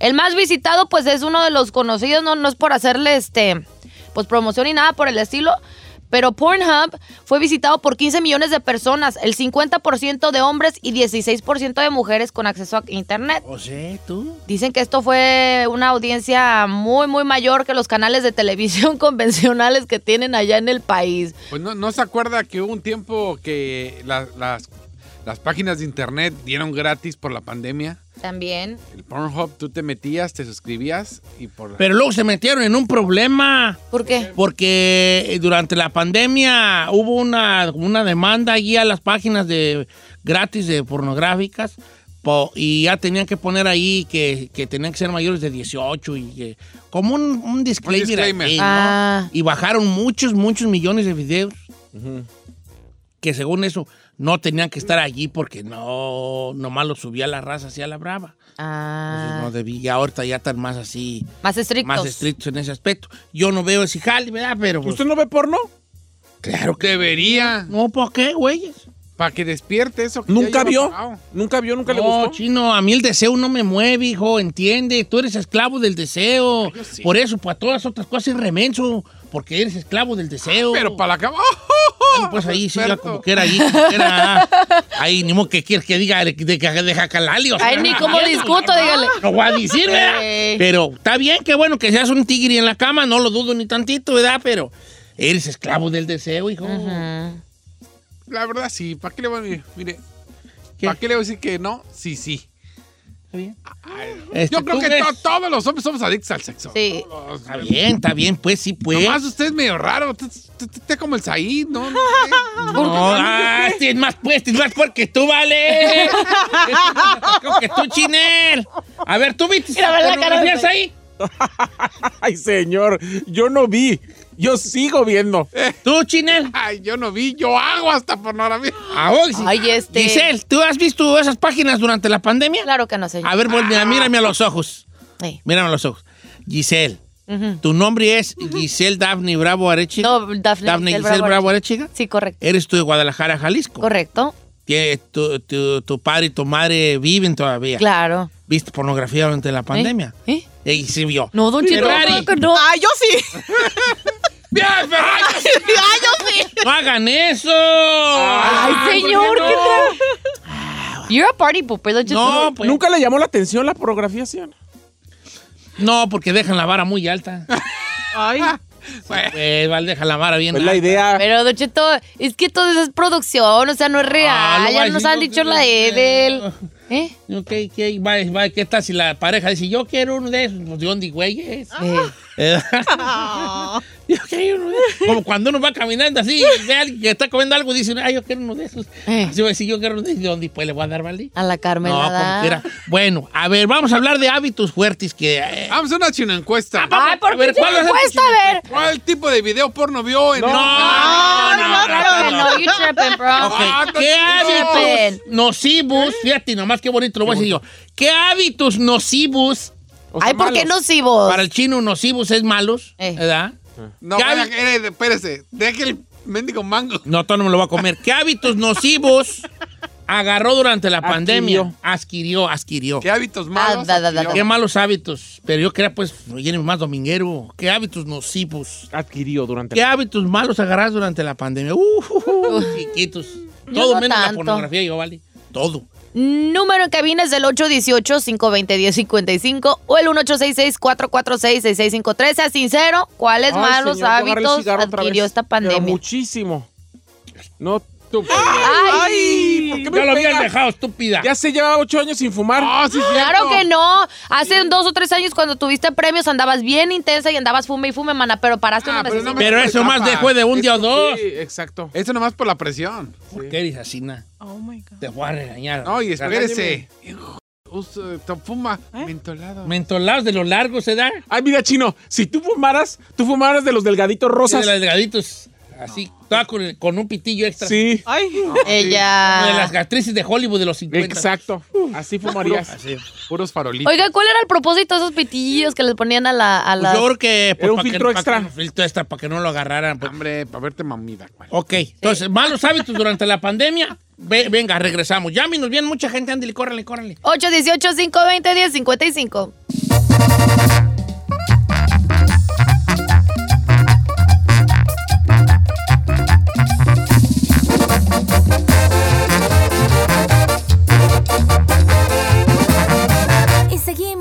[SPEAKER 5] El más visitado, pues es uno de los conocidos, no, no es por hacerle este, pues promoción ni nada por el estilo, Pero Pornhub fue visitado por 15 millones de personas, el 50% de hombres y 16% de mujeres con acceso a Internet.
[SPEAKER 1] O sea, tú.
[SPEAKER 5] Dicen que esto fue una audiencia muy, muy mayor que los canales de televisión (laughs) convencionales que tienen allá en el país.
[SPEAKER 3] Pues no, no se acuerda que hubo un tiempo que la- las, las páginas de internet dieron gratis por la pandemia.
[SPEAKER 5] También.
[SPEAKER 3] El Pornhub, tú te metías, te suscribías y por la-
[SPEAKER 1] Pero luego se metieron en un problema.
[SPEAKER 5] ¿Por qué?
[SPEAKER 1] Porque durante la pandemia hubo una, una demanda allí a las páginas de gratis de pornográficas po- y ya tenían que poner ahí que, que tenían que ser mayores de 18 y que- como un, un disclaimer.
[SPEAKER 3] disclaimer.
[SPEAKER 1] ahí, ¿no?
[SPEAKER 5] Ah.
[SPEAKER 1] Y bajaron muchos, muchos millones de videos que según eso no tenían que estar allí porque no, nomás los subía la raza hacia la brava. Entonces,
[SPEAKER 5] Ah.
[SPEAKER 1] no debí, ya ahorita ya están más así,
[SPEAKER 5] Más estrictos.
[SPEAKER 1] más estrictos en ese aspecto. Yo no veo ese jale, ¿verdad? Pero pues,
[SPEAKER 2] ¿Usted no ve porno?
[SPEAKER 1] claro que
[SPEAKER 3] Debería.
[SPEAKER 1] No, ¿por qué, güeyes?
[SPEAKER 3] Para que despierte eso. que
[SPEAKER 2] ¿Nunca
[SPEAKER 3] ya lleva
[SPEAKER 2] vio?
[SPEAKER 3] apagado.
[SPEAKER 2] ¿Nunca vio? ¿Nunca le
[SPEAKER 1] No,
[SPEAKER 2] gustó?
[SPEAKER 1] chino, a mí el deseo no me mueve, hijo, entiende. Tú eres esclavo del deseo. Por eso, para todas otras cosas es remenso, porque eres esclavo del deseo.
[SPEAKER 3] Pero para la ¡Oh! cama.
[SPEAKER 1] Bueno, pues ahí sí, ya como que era ahí, como que era. Ahí, ni modo que quieres que diga de, de, de jacalali. o sea,
[SPEAKER 5] Ay, ni cómo
[SPEAKER 1] bien,
[SPEAKER 5] discuto,
[SPEAKER 1] no,
[SPEAKER 5] dígale.
[SPEAKER 1] No voy a decir, ¿verdad?
[SPEAKER 5] Ey.
[SPEAKER 1] Pero está bien, qué bueno que seas un tigre en la cama, no lo dudo ni tantito, ¿verdad? Pero eres esclavo del deseo, hijo.
[SPEAKER 5] Ujú.
[SPEAKER 3] La verdad sí, ¿para qué le voy a decir? Mire,
[SPEAKER 1] ¿Qué?
[SPEAKER 3] ¿para qué le voy a decir que no? Sí, sí.
[SPEAKER 1] Está bien. Este,
[SPEAKER 3] Yo creo
[SPEAKER 1] ¿tú
[SPEAKER 3] que
[SPEAKER 1] ves?
[SPEAKER 3] to- todos los hombres somos adictos al sexo.
[SPEAKER 5] Sí.
[SPEAKER 3] Todos.
[SPEAKER 1] Está bien, está bien, pues sí, pues.
[SPEAKER 3] Nomás usted es medio raro. Usted, usted- usted está como el Said, ¿no? no (laughs) sé.
[SPEAKER 1] No, ah, este es más pues, este es más porque tú, vale.
[SPEAKER 5] (laughs)
[SPEAKER 1] Este es más atascado que tú, chinel. A ver, tú viste.
[SPEAKER 5] Mira, ve la cara de
[SPEAKER 1] pornografías
[SPEAKER 5] Said.
[SPEAKER 1] ahí?
[SPEAKER 2] (laughs) Ay, señor, yo no vi. Yo sigo viendo.
[SPEAKER 1] Tú, chinel.
[SPEAKER 3] Ay, yo no vi, yo hago hasta pornografía.
[SPEAKER 1] Ah, hoy sí.
[SPEAKER 5] Ay, este.
[SPEAKER 1] Giselle, ¿tú has visto esas páginas durante la pandemia?
[SPEAKER 5] Claro que no, señor.
[SPEAKER 1] A ver, vuelve, mírame a los ojos.
[SPEAKER 5] Sí.
[SPEAKER 1] Mírame a los ojos. Giselle, tu nombre es Giselle Daphne Bravo Arechiga.
[SPEAKER 5] No, Dafne Giselle
[SPEAKER 1] Giselle
[SPEAKER 5] Bravo
[SPEAKER 1] Bravo Arechiga.
[SPEAKER 5] Sí, correcto.
[SPEAKER 1] Eres tú de Guadalajara, Jalisco.
[SPEAKER 5] Correcto.
[SPEAKER 1] Tienes- Tu, tu- tu padre y tu madre viven todavía.
[SPEAKER 5] Claro.
[SPEAKER 1] Viste pornografía durante la pandemia.
[SPEAKER 5] ¿Eh?
[SPEAKER 1] Y sí vio.
[SPEAKER 5] No, don Chito,
[SPEAKER 1] Ferrari.
[SPEAKER 5] no, que no.
[SPEAKER 6] Ay, yo sí.
[SPEAKER 1] ¡Bien, Ferrari!
[SPEAKER 5] Ay, yo sí.
[SPEAKER 1] ¡No hagan eso!
[SPEAKER 5] Ay,
[SPEAKER 1] ¿por qué
[SPEAKER 5] señor,
[SPEAKER 1] no?
[SPEAKER 5] ¿qué You're a party pooper, don Chito.
[SPEAKER 1] No, pues.
[SPEAKER 2] ¿Nunca le llamó la atención la pornografía, señor?
[SPEAKER 1] No, porque dejan la vara muy
[SPEAKER 5] (laughs)
[SPEAKER 1] alta.
[SPEAKER 6] Ay.
[SPEAKER 1] Pues, vale, dejan la vara bien
[SPEAKER 2] Pues la
[SPEAKER 1] alta.
[SPEAKER 2] idea.
[SPEAKER 5] Pero, Don Cheto, es que todo eso es producción, o sea, no es real.
[SPEAKER 1] Ah, lo
[SPEAKER 5] ya
[SPEAKER 1] voy a
[SPEAKER 5] nos
[SPEAKER 1] decir,
[SPEAKER 5] han
[SPEAKER 1] no,
[SPEAKER 5] dicho
[SPEAKER 1] no,
[SPEAKER 5] la
[SPEAKER 1] no,
[SPEAKER 5] Edel.
[SPEAKER 1] no.
[SPEAKER 5] ¿Eh?
[SPEAKER 1] Ok, ¿qué, va, va, ¿qué tal si la pareja dice, yo quiero uno de esos? Pues, ¿de dónde, güeyes?
[SPEAKER 5] Eh,
[SPEAKER 1] Eh,
[SPEAKER 5] Ah.
[SPEAKER 1] (laughs) yo quiero uno de esos. Como cuando uno va caminando así, y ve a alguien que está comiendo algo y dice, ay, yo quiero uno de esos.
[SPEAKER 5] Eh.
[SPEAKER 1] Así va a decir, yo quiero uno de esos. ¿De dónde? Pues, ¿le voy a dar, vale?
[SPEAKER 5] A la Carmen.
[SPEAKER 1] No, como quiera. Bueno, a ver, vamos a hablar de hábitos fuertes que... eh, Ah,
[SPEAKER 3] Vamos a una chino encuesta.
[SPEAKER 5] Ay,
[SPEAKER 1] A
[SPEAKER 5] ¿por
[SPEAKER 1] ver,
[SPEAKER 5] qué
[SPEAKER 1] ¿cuál es
[SPEAKER 5] te
[SPEAKER 1] el
[SPEAKER 5] cuesta
[SPEAKER 1] chino?
[SPEAKER 5] ver?
[SPEAKER 3] ¿Cuál tipo de video porno vio en
[SPEAKER 1] No, no, no,
[SPEAKER 5] No, no, you tripping, bro.
[SPEAKER 1] Ok,
[SPEAKER 3] Ah, no,
[SPEAKER 1] ¿Qué
[SPEAKER 3] no.
[SPEAKER 1] hábitos nocivos? Fíjate nomás qué bonito lo voy a decir yo. ¿Qué hábitos nocivos
[SPEAKER 5] Ay, ¿por qué nocivos?
[SPEAKER 1] para el chino nocivos es malos?
[SPEAKER 5] Eh.
[SPEAKER 1] ¿Verdad?
[SPEAKER 3] No,
[SPEAKER 1] ¿Qué
[SPEAKER 3] vaya,
[SPEAKER 1] hábi-
[SPEAKER 3] eh, espérese, deje el mendigo mango.
[SPEAKER 1] No, todo no me lo va a comer. ¿Qué hábitos nocivos agarró durante la
[SPEAKER 2] Adquirió.
[SPEAKER 1] pandemia? Adquirió, adquirió.
[SPEAKER 3] ¿Qué hábitos malos?
[SPEAKER 5] da, da, da,
[SPEAKER 1] Qué
[SPEAKER 3] adquirió?
[SPEAKER 1] malos hábitos. Pero yo quería, pues, viene más dominguero. ¿Qué hábitos nocivos?
[SPEAKER 2] Adquirió durante
[SPEAKER 1] ¿Qué hábitos malos agarras durante la pandemia? Uh,
[SPEAKER 5] (laughs)
[SPEAKER 1] chiquitos. Todo
[SPEAKER 5] no
[SPEAKER 1] menos la
[SPEAKER 5] tanto.
[SPEAKER 1] pornografía, yo, vale. Todo.
[SPEAKER 5] Número en cabina es del 818-520-1055 o el 1866-446-6653. Sea sincero, ¿cuáles
[SPEAKER 2] Ay,
[SPEAKER 5] malos
[SPEAKER 2] señor, yo agarré el
[SPEAKER 5] hábitos
[SPEAKER 2] cigarro otra
[SPEAKER 5] adquirió
[SPEAKER 2] vez,
[SPEAKER 5] esta
[SPEAKER 2] Pero
[SPEAKER 5] pandemia?
[SPEAKER 2] muchísimo. No,
[SPEAKER 3] Tú.
[SPEAKER 2] Ay, ¿por qué me
[SPEAKER 1] Ya lo habían
[SPEAKER 2] pega?
[SPEAKER 1] dejado, estúpida.
[SPEAKER 2] Ya se llevaba ocho años sin fumar.
[SPEAKER 3] Ah, sí,
[SPEAKER 5] Claro
[SPEAKER 3] cierto.
[SPEAKER 5] que no. Hace dos o tres años cuando tuviste premios andabas bien intensa y andabas fume y fume, mana, pero paraste
[SPEAKER 3] Ah,
[SPEAKER 5] una
[SPEAKER 3] pero no me-
[SPEAKER 1] Pero eso más dejó de un día o dos.
[SPEAKER 2] Sí, exacto.
[SPEAKER 3] Eso nomás por la presión.
[SPEAKER 1] ¿Por qué eres así, na?
[SPEAKER 6] Oh my God.
[SPEAKER 1] Te voy a regañar.
[SPEAKER 3] No, y espérese. Usa- te fuma
[SPEAKER 5] ¿Eh?
[SPEAKER 3] mentolado.
[SPEAKER 1] Mentolados de los largos, ¿se da?
[SPEAKER 2] Ay, mira, chino, si tú fumaras, tú fumaras de los delgaditos
[SPEAKER 1] De
[SPEAKER 2] rosas.
[SPEAKER 1] los delgaditos. Así, toda con, el- con un pitillo extra.
[SPEAKER 2] Sí,
[SPEAKER 6] Ay.
[SPEAKER 5] Eh,
[SPEAKER 1] Como De
[SPEAKER 5] Ella.
[SPEAKER 1] las actrices de Hollywood de los 50.
[SPEAKER 2] exacto. Así fumarías.
[SPEAKER 1] Así.
[SPEAKER 3] Puros farolitos.
[SPEAKER 5] Oiga, ¿cuál era el propósito de esos pitillos que les ponían a la... A
[SPEAKER 1] Pues
[SPEAKER 5] las-
[SPEAKER 1] yo creo que...
[SPEAKER 2] Era un
[SPEAKER 1] para que- para
[SPEAKER 2] filtro
[SPEAKER 1] que
[SPEAKER 2] extra. Ah.
[SPEAKER 1] no- filtro extra para que no lo agarraran. pues.
[SPEAKER 3] Hombre, para verte mamida. güey.
[SPEAKER 1] Ok, entonces, malos hábitos durante la pandemia. Ve- venga, regresamos. Llámenos bien, mucha gente. Ándale, córrele, córrele.
[SPEAKER 5] 818-520-1055.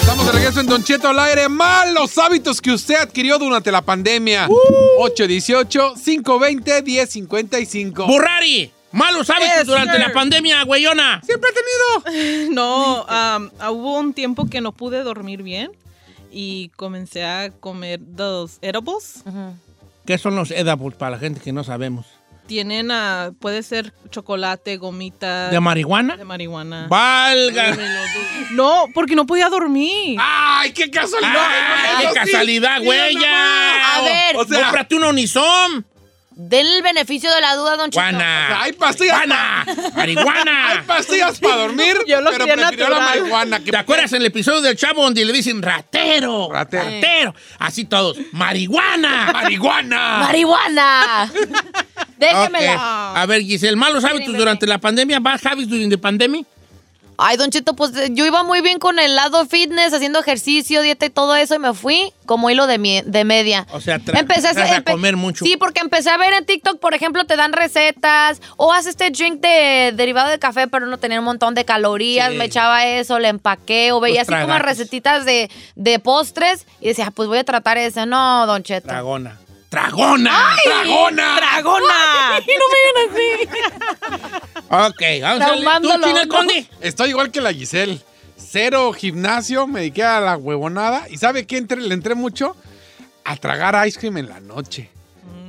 [SPEAKER 3] Estamos de regreso en Don Cheto al aire. Malos hábitos que usted adquirió durante la pandemia.
[SPEAKER 5] Uh.
[SPEAKER 3] 818-520-1055.
[SPEAKER 1] Burrari, malos hábitos
[SPEAKER 6] Yes,
[SPEAKER 1] durante
[SPEAKER 6] sir.
[SPEAKER 1] la pandemia, güeyona.
[SPEAKER 3] Siempre he tenido.
[SPEAKER 6] (laughs) No, am, ah, hubo un tiempo que no pude dormir bien y comencé a comer los edibles.
[SPEAKER 1] ¿Qué son los edibles para la gente que no sabemos?
[SPEAKER 6] Tienen, ah, puede ser chocolate, gomitas.
[SPEAKER 1] ¿De marihuana?
[SPEAKER 6] de marihuana.
[SPEAKER 1] Valga.
[SPEAKER 6] No, porque no podía dormir.
[SPEAKER 3] ¡Ay, qué casualidad!
[SPEAKER 1] ¡Ay,
[SPEAKER 3] Eso
[SPEAKER 1] qué
[SPEAKER 3] sí.
[SPEAKER 1] casualidad,
[SPEAKER 3] Sí,
[SPEAKER 1] güeyya!
[SPEAKER 5] A ver.
[SPEAKER 3] O sea-
[SPEAKER 1] cómprate un onisom.
[SPEAKER 5] Den el beneficio de la duda, don Cheto.
[SPEAKER 1] Guana.
[SPEAKER 3] Hay pastillas.
[SPEAKER 1] Guana.
[SPEAKER 3] Hay (laughs)
[SPEAKER 1] Marihuana.
[SPEAKER 3] pastillas para dormir,
[SPEAKER 6] Yo lo
[SPEAKER 3] pero
[SPEAKER 6] quería
[SPEAKER 3] prefirió la
[SPEAKER 6] natural.
[SPEAKER 3] marihuana. Que
[SPEAKER 1] ¿Te acuerdas en el episodio del Chavo donde le dicen ratero?
[SPEAKER 3] Ratero.
[SPEAKER 1] Así todos. Marihuana. Marihuana.
[SPEAKER 5] ¡Marihuana!
[SPEAKER 1] Ok.
[SPEAKER 5] Déjemela.
[SPEAKER 1] A ver, Giselle, malos hábitos durante la pandemia. ¿Bad habits during the pandemic?
[SPEAKER 5] Ay, Don Cheto, pues eh, yo iba muy bien con el lado fitness, haciendo ejercicio, dieta y todo eso, y me fui como hilo de, mie- de media.
[SPEAKER 1] O sea, tra-
[SPEAKER 5] hacer-
[SPEAKER 1] tras a comer mucho.
[SPEAKER 5] Sí, porque empecé a ver en TikTok, por ejemplo, te dan recetas, o haz este drink de derivado de café, pero no tenía un montón de calorías,
[SPEAKER 1] Sí. Pues
[SPEAKER 5] me echaba eso, le empaqué, o veía así como
[SPEAKER 1] tragazos.
[SPEAKER 5] recetitas de, de postres, y decía, "Ah, pues voy a tratar ese. No, Don Cheto.
[SPEAKER 1] Dragona. ¡Dragona! ¡Dragona!
[SPEAKER 5] Ah.
[SPEAKER 6] ¡Dragona!
[SPEAKER 1] Ok, vamos a ver. ¿Tú,
[SPEAKER 5] Traumándolo,
[SPEAKER 1] Chinel
[SPEAKER 5] ¿no?
[SPEAKER 1] Conde?
[SPEAKER 3] Estoy igual que la Giselle. Cero gimnasio, me dediqué a la huevonada. ¿Y sabe qué entré- le entré mucho? A tragar ice cream en la noche.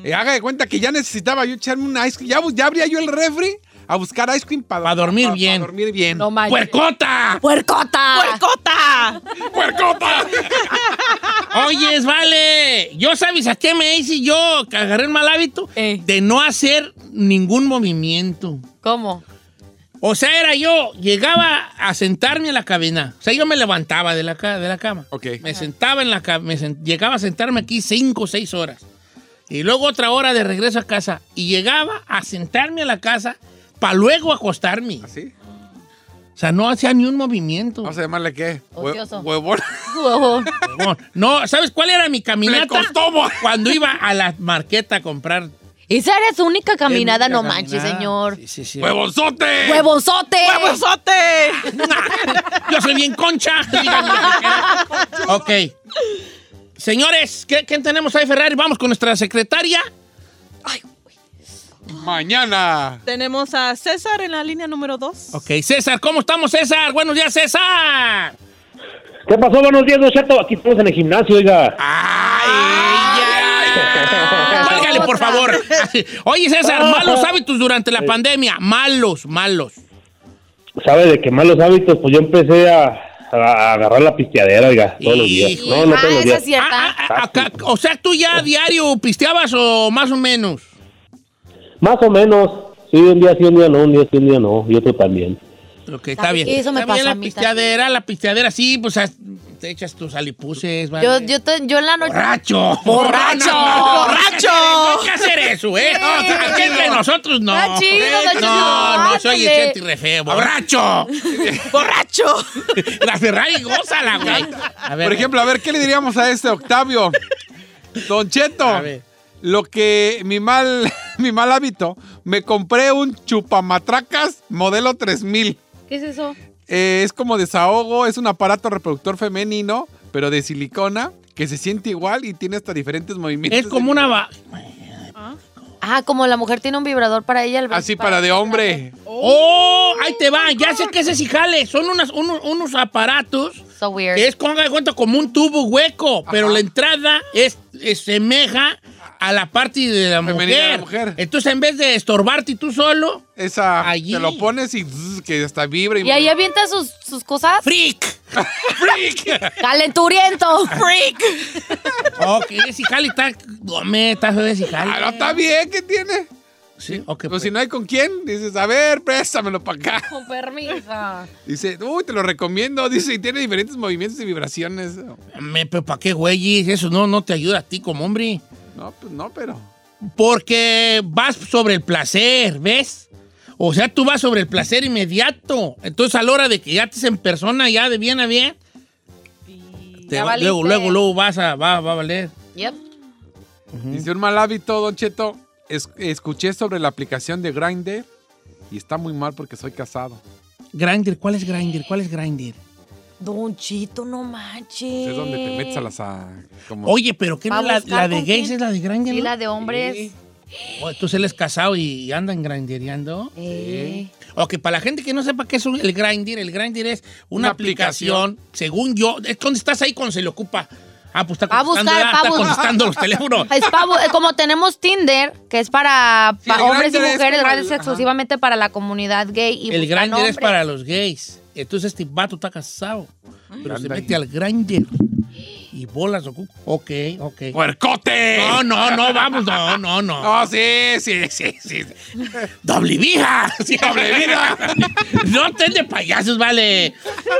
[SPEAKER 3] Eh, haga de cuenta que ya necesitaba yo echarme un ice cream. Ya, bu- ya abría yo el refri a buscar ice cream para
[SPEAKER 1] Pa' dormir bien.
[SPEAKER 3] Para dormir bien.
[SPEAKER 5] No manches.
[SPEAKER 1] ¡Puercota!
[SPEAKER 5] ¡Puercota!
[SPEAKER 6] ¡Puercota!
[SPEAKER 5] (laughs)
[SPEAKER 3] ¡Puercota!
[SPEAKER 1] Oyes, vale. Yo sabes a qué me hice yo que agarré el mal hábito
[SPEAKER 5] Eh.
[SPEAKER 1] de no hacer ningún movimiento.
[SPEAKER 5] ¿Cómo? (laughs)
[SPEAKER 1] O sea, era yo, llegaba a sentarme en la cabina. O sea, yo me levantaba de la, ca- de la cama.
[SPEAKER 3] Ok.
[SPEAKER 1] Me sentaba en la cama, llegaba a sentarme aquí cinco o seis horas. Y luego otra hora de regreso a casa. Y llegaba a sentarme a la casa para luego acostarme.
[SPEAKER 3] ¿Así?
[SPEAKER 1] O sea, no hacía ni un movimiento.
[SPEAKER 3] Vamos a llamarle qué. Hue-
[SPEAKER 5] Ocioso.
[SPEAKER 3] Huevón. (laughs)
[SPEAKER 1] Huevón. no, ¿sabes cuál era mi caminata?
[SPEAKER 3] Plecostomo.
[SPEAKER 1] Cuando iba a la marqueta a comprar.
[SPEAKER 5] Esa era su única caminada,
[SPEAKER 1] Era
[SPEAKER 5] no
[SPEAKER 1] mi
[SPEAKER 5] manches,
[SPEAKER 1] caminada.
[SPEAKER 5] señor.
[SPEAKER 1] Sí, sí, sí.
[SPEAKER 3] ¡Huevonzote!
[SPEAKER 5] ¡Huevonzote!
[SPEAKER 6] ¡Huevosote!
[SPEAKER 1] Yo soy bien concha. Díganme lo que quieran. ok. Señores, ¿qué- ¿quién tenemos ahí, Ferrari? Vamos con nuestra secretaria.
[SPEAKER 3] Mañana.
[SPEAKER 6] Tenemos a César en la línea número 2.
[SPEAKER 1] Ok, César, ¿cómo estamos, César? Buenos días, César.
[SPEAKER 8] ¿Qué pasó? Buenos días, Don Cheto. Aquí estamos en el gimnasio, oiga.
[SPEAKER 1] ¡Ay, ya! Cuélgale, por
[SPEAKER 5] Otra.
[SPEAKER 1] favor. Oye, César, malos hábitos durante la pandemia. Malos, malos.
[SPEAKER 8] ¿Sabe de qué malos hábitos? Pues yo empecé a, a agarrar la pisteadera, oiga, todos los días.
[SPEAKER 1] Hijo.
[SPEAKER 8] No, no todos
[SPEAKER 5] ah,
[SPEAKER 8] los
[SPEAKER 5] esa es
[SPEAKER 8] días.
[SPEAKER 5] cierta.
[SPEAKER 1] Ah, ah, ah, acá- o sea, tú ya a diario pisteabas o más o menos.
[SPEAKER 8] Más o menos. Sí, un día sí, un día no, un día sí, un día no. Y otro también.
[SPEAKER 1] Ok, está bien.
[SPEAKER 5] Eso me
[SPEAKER 1] Está bien
[SPEAKER 5] pasa
[SPEAKER 1] la
[SPEAKER 5] a mí
[SPEAKER 1] pisteadera, la pisteadera, sí, pues as- te echas tus alipuses. vale.
[SPEAKER 5] Yo, yo, te- yo en la noche.
[SPEAKER 1] ¡Borracho!
[SPEAKER 5] ¡Borracho!
[SPEAKER 1] ¡Borracho! No hay que hacer eso, ¿eh? No, aquí entre nosotros no.
[SPEAKER 5] Está chido, está chido.
[SPEAKER 1] No, no soy
[SPEAKER 5] Ándale.
[SPEAKER 1] el y Refe.
[SPEAKER 3] (laughs)
[SPEAKER 1] ¡Borracho!
[SPEAKER 6] ¡Borracho!
[SPEAKER 1] (laughs) La Ferrari gózala, güey. A ver,
[SPEAKER 3] Por ejemplo, a ver, ¿qué le diríamos a este Octavio? Don Cheto,
[SPEAKER 1] A ver.
[SPEAKER 3] lo que mi mal, (laughs) mi mal hábito, me compré un chupamatracas modelo 3000.
[SPEAKER 5] ¿Qué es eso?
[SPEAKER 3] Eh, es como desahogo, es un aparato reproductor femenino, pero de silicona, que se siente igual y tiene hasta diferentes movimientos.
[SPEAKER 1] es como una... va-
[SPEAKER 5] Ah, como la mujer tiene un vibrador para ella. el-
[SPEAKER 3] Así para de hombre.
[SPEAKER 1] ¡Oh! Ahí te va. Ya sé que ese sí jale. Son unas, unos, unos aparatos...
[SPEAKER 5] (laughs) So weird.
[SPEAKER 1] Que es como, haga de cuenta, como un tubo hueco, pero la entrada es, es- semeja a la parte de la
[SPEAKER 3] Femenina
[SPEAKER 1] mujer.
[SPEAKER 3] de la mujer.
[SPEAKER 1] Entonces, en vez de estorbarte tú solo,
[SPEAKER 3] Esa,
[SPEAKER 1] Allí.
[SPEAKER 3] te lo pones y zzz, que hasta vibra. Y,
[SPEAKER 5] Y ahí avienta sus, sus cosas.
[SPEAKER 1] ¡freak! ¡Freak!
[SPEAKER 5] Calenturiento.
[SPEAKER 6] ¡Freak!
[SPEAKER 1] ok, ese jale está... Dome, está feo ese jale.
[SPEAKER 3] Ah, no, está bien, ¿qué tiene?
[SPEAKER 1] Sí, (laughs) ok.
[SPEAKER 3] Pues
[SPEAKER 1] pues.
[SPEAKER 3] si no hay con quién, dices, a ver, préstamelo para acá. (laughs)
[SPEAKER 5] Con permiso.
[SPEAKER 3] Dice, uy, te lo recomiendo. Dice, y tiene diferentes movimientos y vibraciones.
[SPEAKER 1] Me, pero ¿para qué, güey? Eso no, no te ayuda a ti como hombre.
[SPEAKER 3] No, pues no, pero.
[SPEAKER 1] Porque vas sobre el placer, ¿ves? O sea, tú vas sobre el placer inmediato. Entonces, a la hora de que ya estés en persona, ya de bien a bien, te
[SPEAKER 5] Ya
[SPEAKER 1] va-
[SPEAKER 5] valiste.
[SPEAKER 1] luego, luego, luego vas a, va, va a valer.
[SPEAKER 5] Yep.
[SPEAKER 3] Dice un mal hábito, Don Cheto. Es- escuché sobre la aplicación de Grindr y está muy mal porque soy casado.
[SPEAKER 1] Grinder, ¿cuál es Grinder? ¿Cuál es Grinder?
[SPEAKER 5] Don Chito, no manches.
[SPEAKER 3] Pues, Es donde te metes a las... a- como-
[SPEAKER 1] Oye, pero ¿qué
[SPEAKER 5] Va
[SPEAKER 1] no
[SPEAKER 5] a
[SPEAKER 1] la,
[SPEAKER 5] buscar
[SPEAKER 1] la de
[SPEAKER 5] con
[SPEAKER 1] gays
[SPEAKER 5] quién.
[SPEAKER 1] es la de Grinder?
[SPEAKER 5] Sí, la de hombres.
[SPEAKER 1] entonces él es casado y andan grindereando.
[SPEAKER 5] Eh.
[SPEAKER 1] Ok, para la gente que no sepa qué es un- el Grindr, el Grindr es una,
[SPEAKER 3] Una
[SPEAKER 1] aplicación, según yo, es donde estás ahí cuando se le ocupa. Ah, pues está
[SPEAKER 5] Va a buscar,
[SPEAKER 1] contestando,
[SPEAKER 5] va a
[SPEAKER 1] está
[SPEAKER 5] buscar.
[SPEAKER 1] contestando los
[SPEAKER 5] (laughs)
[SPEAKER 1] teléfonos.
[SPEAKER 5] Es pa- eh, como tenemos Tinder, que es para
[SPEAKER 3] Sí,
[SPEAKER 5] pa-
[SPEAKER 3] el
[SPEAKER 5] hombres y
[SPEAKER 3] Grindr es
[SPEAKER 5] mujeres,
[SPEAKER 3] como
[SPEAKER 5] Grindr es
[SPEAKER 3] el-
[SPEAKER 5] exclusivamente para la comunidad gay. Y
[SPEAKER 1] El
[SPEAKER 5] buscan
[SPEAKER 1] Grindr es
[SPEAKER 5] hombres. (laughs)
[SPEAKER 1] para los gays. Entonces este vato está casado, pero se
[SPEAKER 3] Anda
[SPEAKER 1] mete
[SPEAKER 3] ahí.
[SPEAKER 1] al Grindr y bolas. ocu- Ok, ok.
[SPEAKER 3] ¡Puercote!
[SPEAKER 1] No, no, no, vamos, no, no, no.
[SPEAKER 3] No, sí, sí, sí, sí.
[SPEAKER 1] ¡Doble vija! Sí, doble vija. no estén de payasos, vale.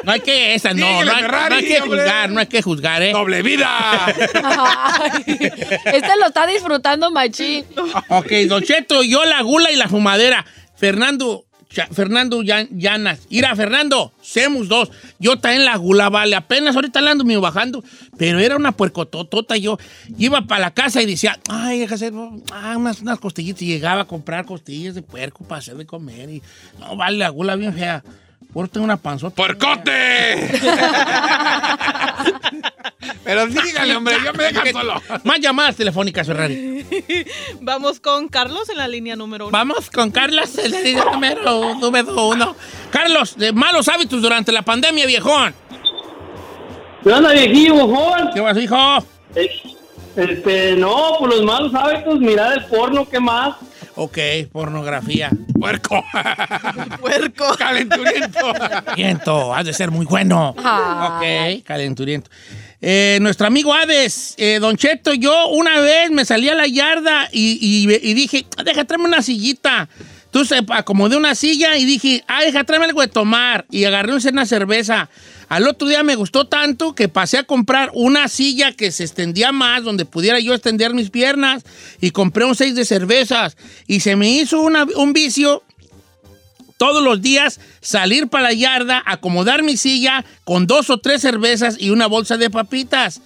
[SPEAKER 1] No hay que esa, no.
[SPEAKER 3] Síguele,
[SPEAKER 1] No hay,
[SPEAKER 3] Ferrari,
[SPEAKER 1] no hay que
[SPEAKER 3] hombre.
[SPEAKER 1] juzgar, no hay que juzgar, ¿eh?
[SPEAKER 3] ¡Doble vida!
[SPEAKER 5] Ay, este lo está disfrutando, machín.
[SPEAKER 1] Ok, Don Cheto, yo la gula y la fumadera. Fernando, Cha- Fernando Llan- Llanas. Mira, Fernando, Semus 2. Yo también la gula, vale. Apenas ahorita la ando me bajando, pero era una puercototota. Yo iba para la casa y decía, ay, deja hacer ah, unas, unas costillitas. Y llegaba a comprar costillas de puerco para hacer de comer. Y no, vale, la gula bien fea. Por tengo una panzota.
[SPEAKER 3] ¡Puercote! Pero dígale, hombre, yo
[SPEAKER 1] (laughs)
[SPEAKER 3] me dejan solo.
[SPEAKER 1] Más llamadas telefónicas, Ferrari.
[SPEAKER 6] Vamos con Carlos en la línea número uno.
[SPEAKER 1] Vamos con Carlos, el líder número, número uno. Carlos, de malos hábitos durante la pandemia, viejón.
[SPEAKER 8] ¿Qué onda, viejillo, mojón?
[SPEAKER 1] ¿Qué vas, hijo?
[SPEAKER 8] Eh, Este, no, pues los malos hábitos, mirar el porno, ¿qué más?
[SPEAKER 1] Ok, pornografía. (laughs)
[SPEAKER 3] ¡Puerco!
[SPEAKER 6] Puerco.
[SPEAKER 3] ¡Calenturiento!
[SPEAKER 1] Calenturiento, has de ser muy bueno.
[SPEAKER 5] Ay.
[SPEAKER 1] Ok, calenturiento. Eh, nuestro amigo Hades, eh, Don Cheto, yo una vez me salí a la yarda y, y- y dije, "Ah, deja, tráeme una sillita. Entonces eh, pa- acomodé una silla y dije, ah, deja, tráeme algo de tomar. Y agarré una cerveza. Al otro día me gustó tanto que pasé a comprar una silla que se extendía más, donde pudiera yo extender mis piernas, y compré un seis de cervezas. Y se me hizo una- un vicio todos los días salir para la yarda, acomodar mi silla con dos o tres cervezas y una bolsa de papitas.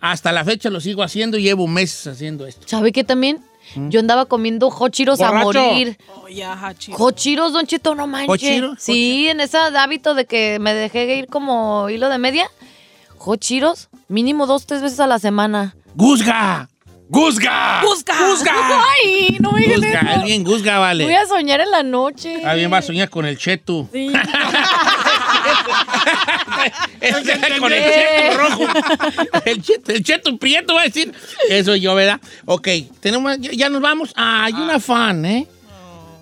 [SPEAKER 1] Hasta la fecha lo sigo haciendo, llevo meses haciendo esto.
[SPEAKER 5] ¿Sabe qué también?
[SPEAKER 1] ¿Mm?
[SPEAKER 5] Yo andaba comiendo hochiros a
[SPEAKER 2] Borracho.
[SPEAKER 5] morir.
[SPEAKER 6] Oh, ya, hachi.
[SPEAKER 5] Hochiros, Don Chito, no manches.
[SPEAKER 1] ¿Hochiro?
[SPEAKER 5] Sí, en ese hábito de que me dejé ir como hilo de media. Hochiros, mínimo dos, tres veces a la semana.
[SPEAKER 1] ¡Guzga!
[SPEAKER 3] ¡Guzga!
[SPEAKER 6] ¡Busca!
[SPEAKER 5] (laughs) ¡Ay! No me digan
[SPEAKER 1] ¡Guzga!
[SPEAKER 5] eso.
[SPEAKER 1] Alguien guzga,
[SPEAKER 5] Voy
[SPEAKER 1] vale.
[SPEAKER 5] a soñar en la noche.
[SPEAKER 1] Alguien va a soñar con el chetu. (laughs)
[SPEAKER 5] Sí.
[SPEAKER 1] Este, con el cheto rojo. (laughs) El cheto, el cheto prieto va a decir. Eso yo, ¿verdad? Ok, tenemos, ya nos vamos. Ah, hay una fan, ¿eh?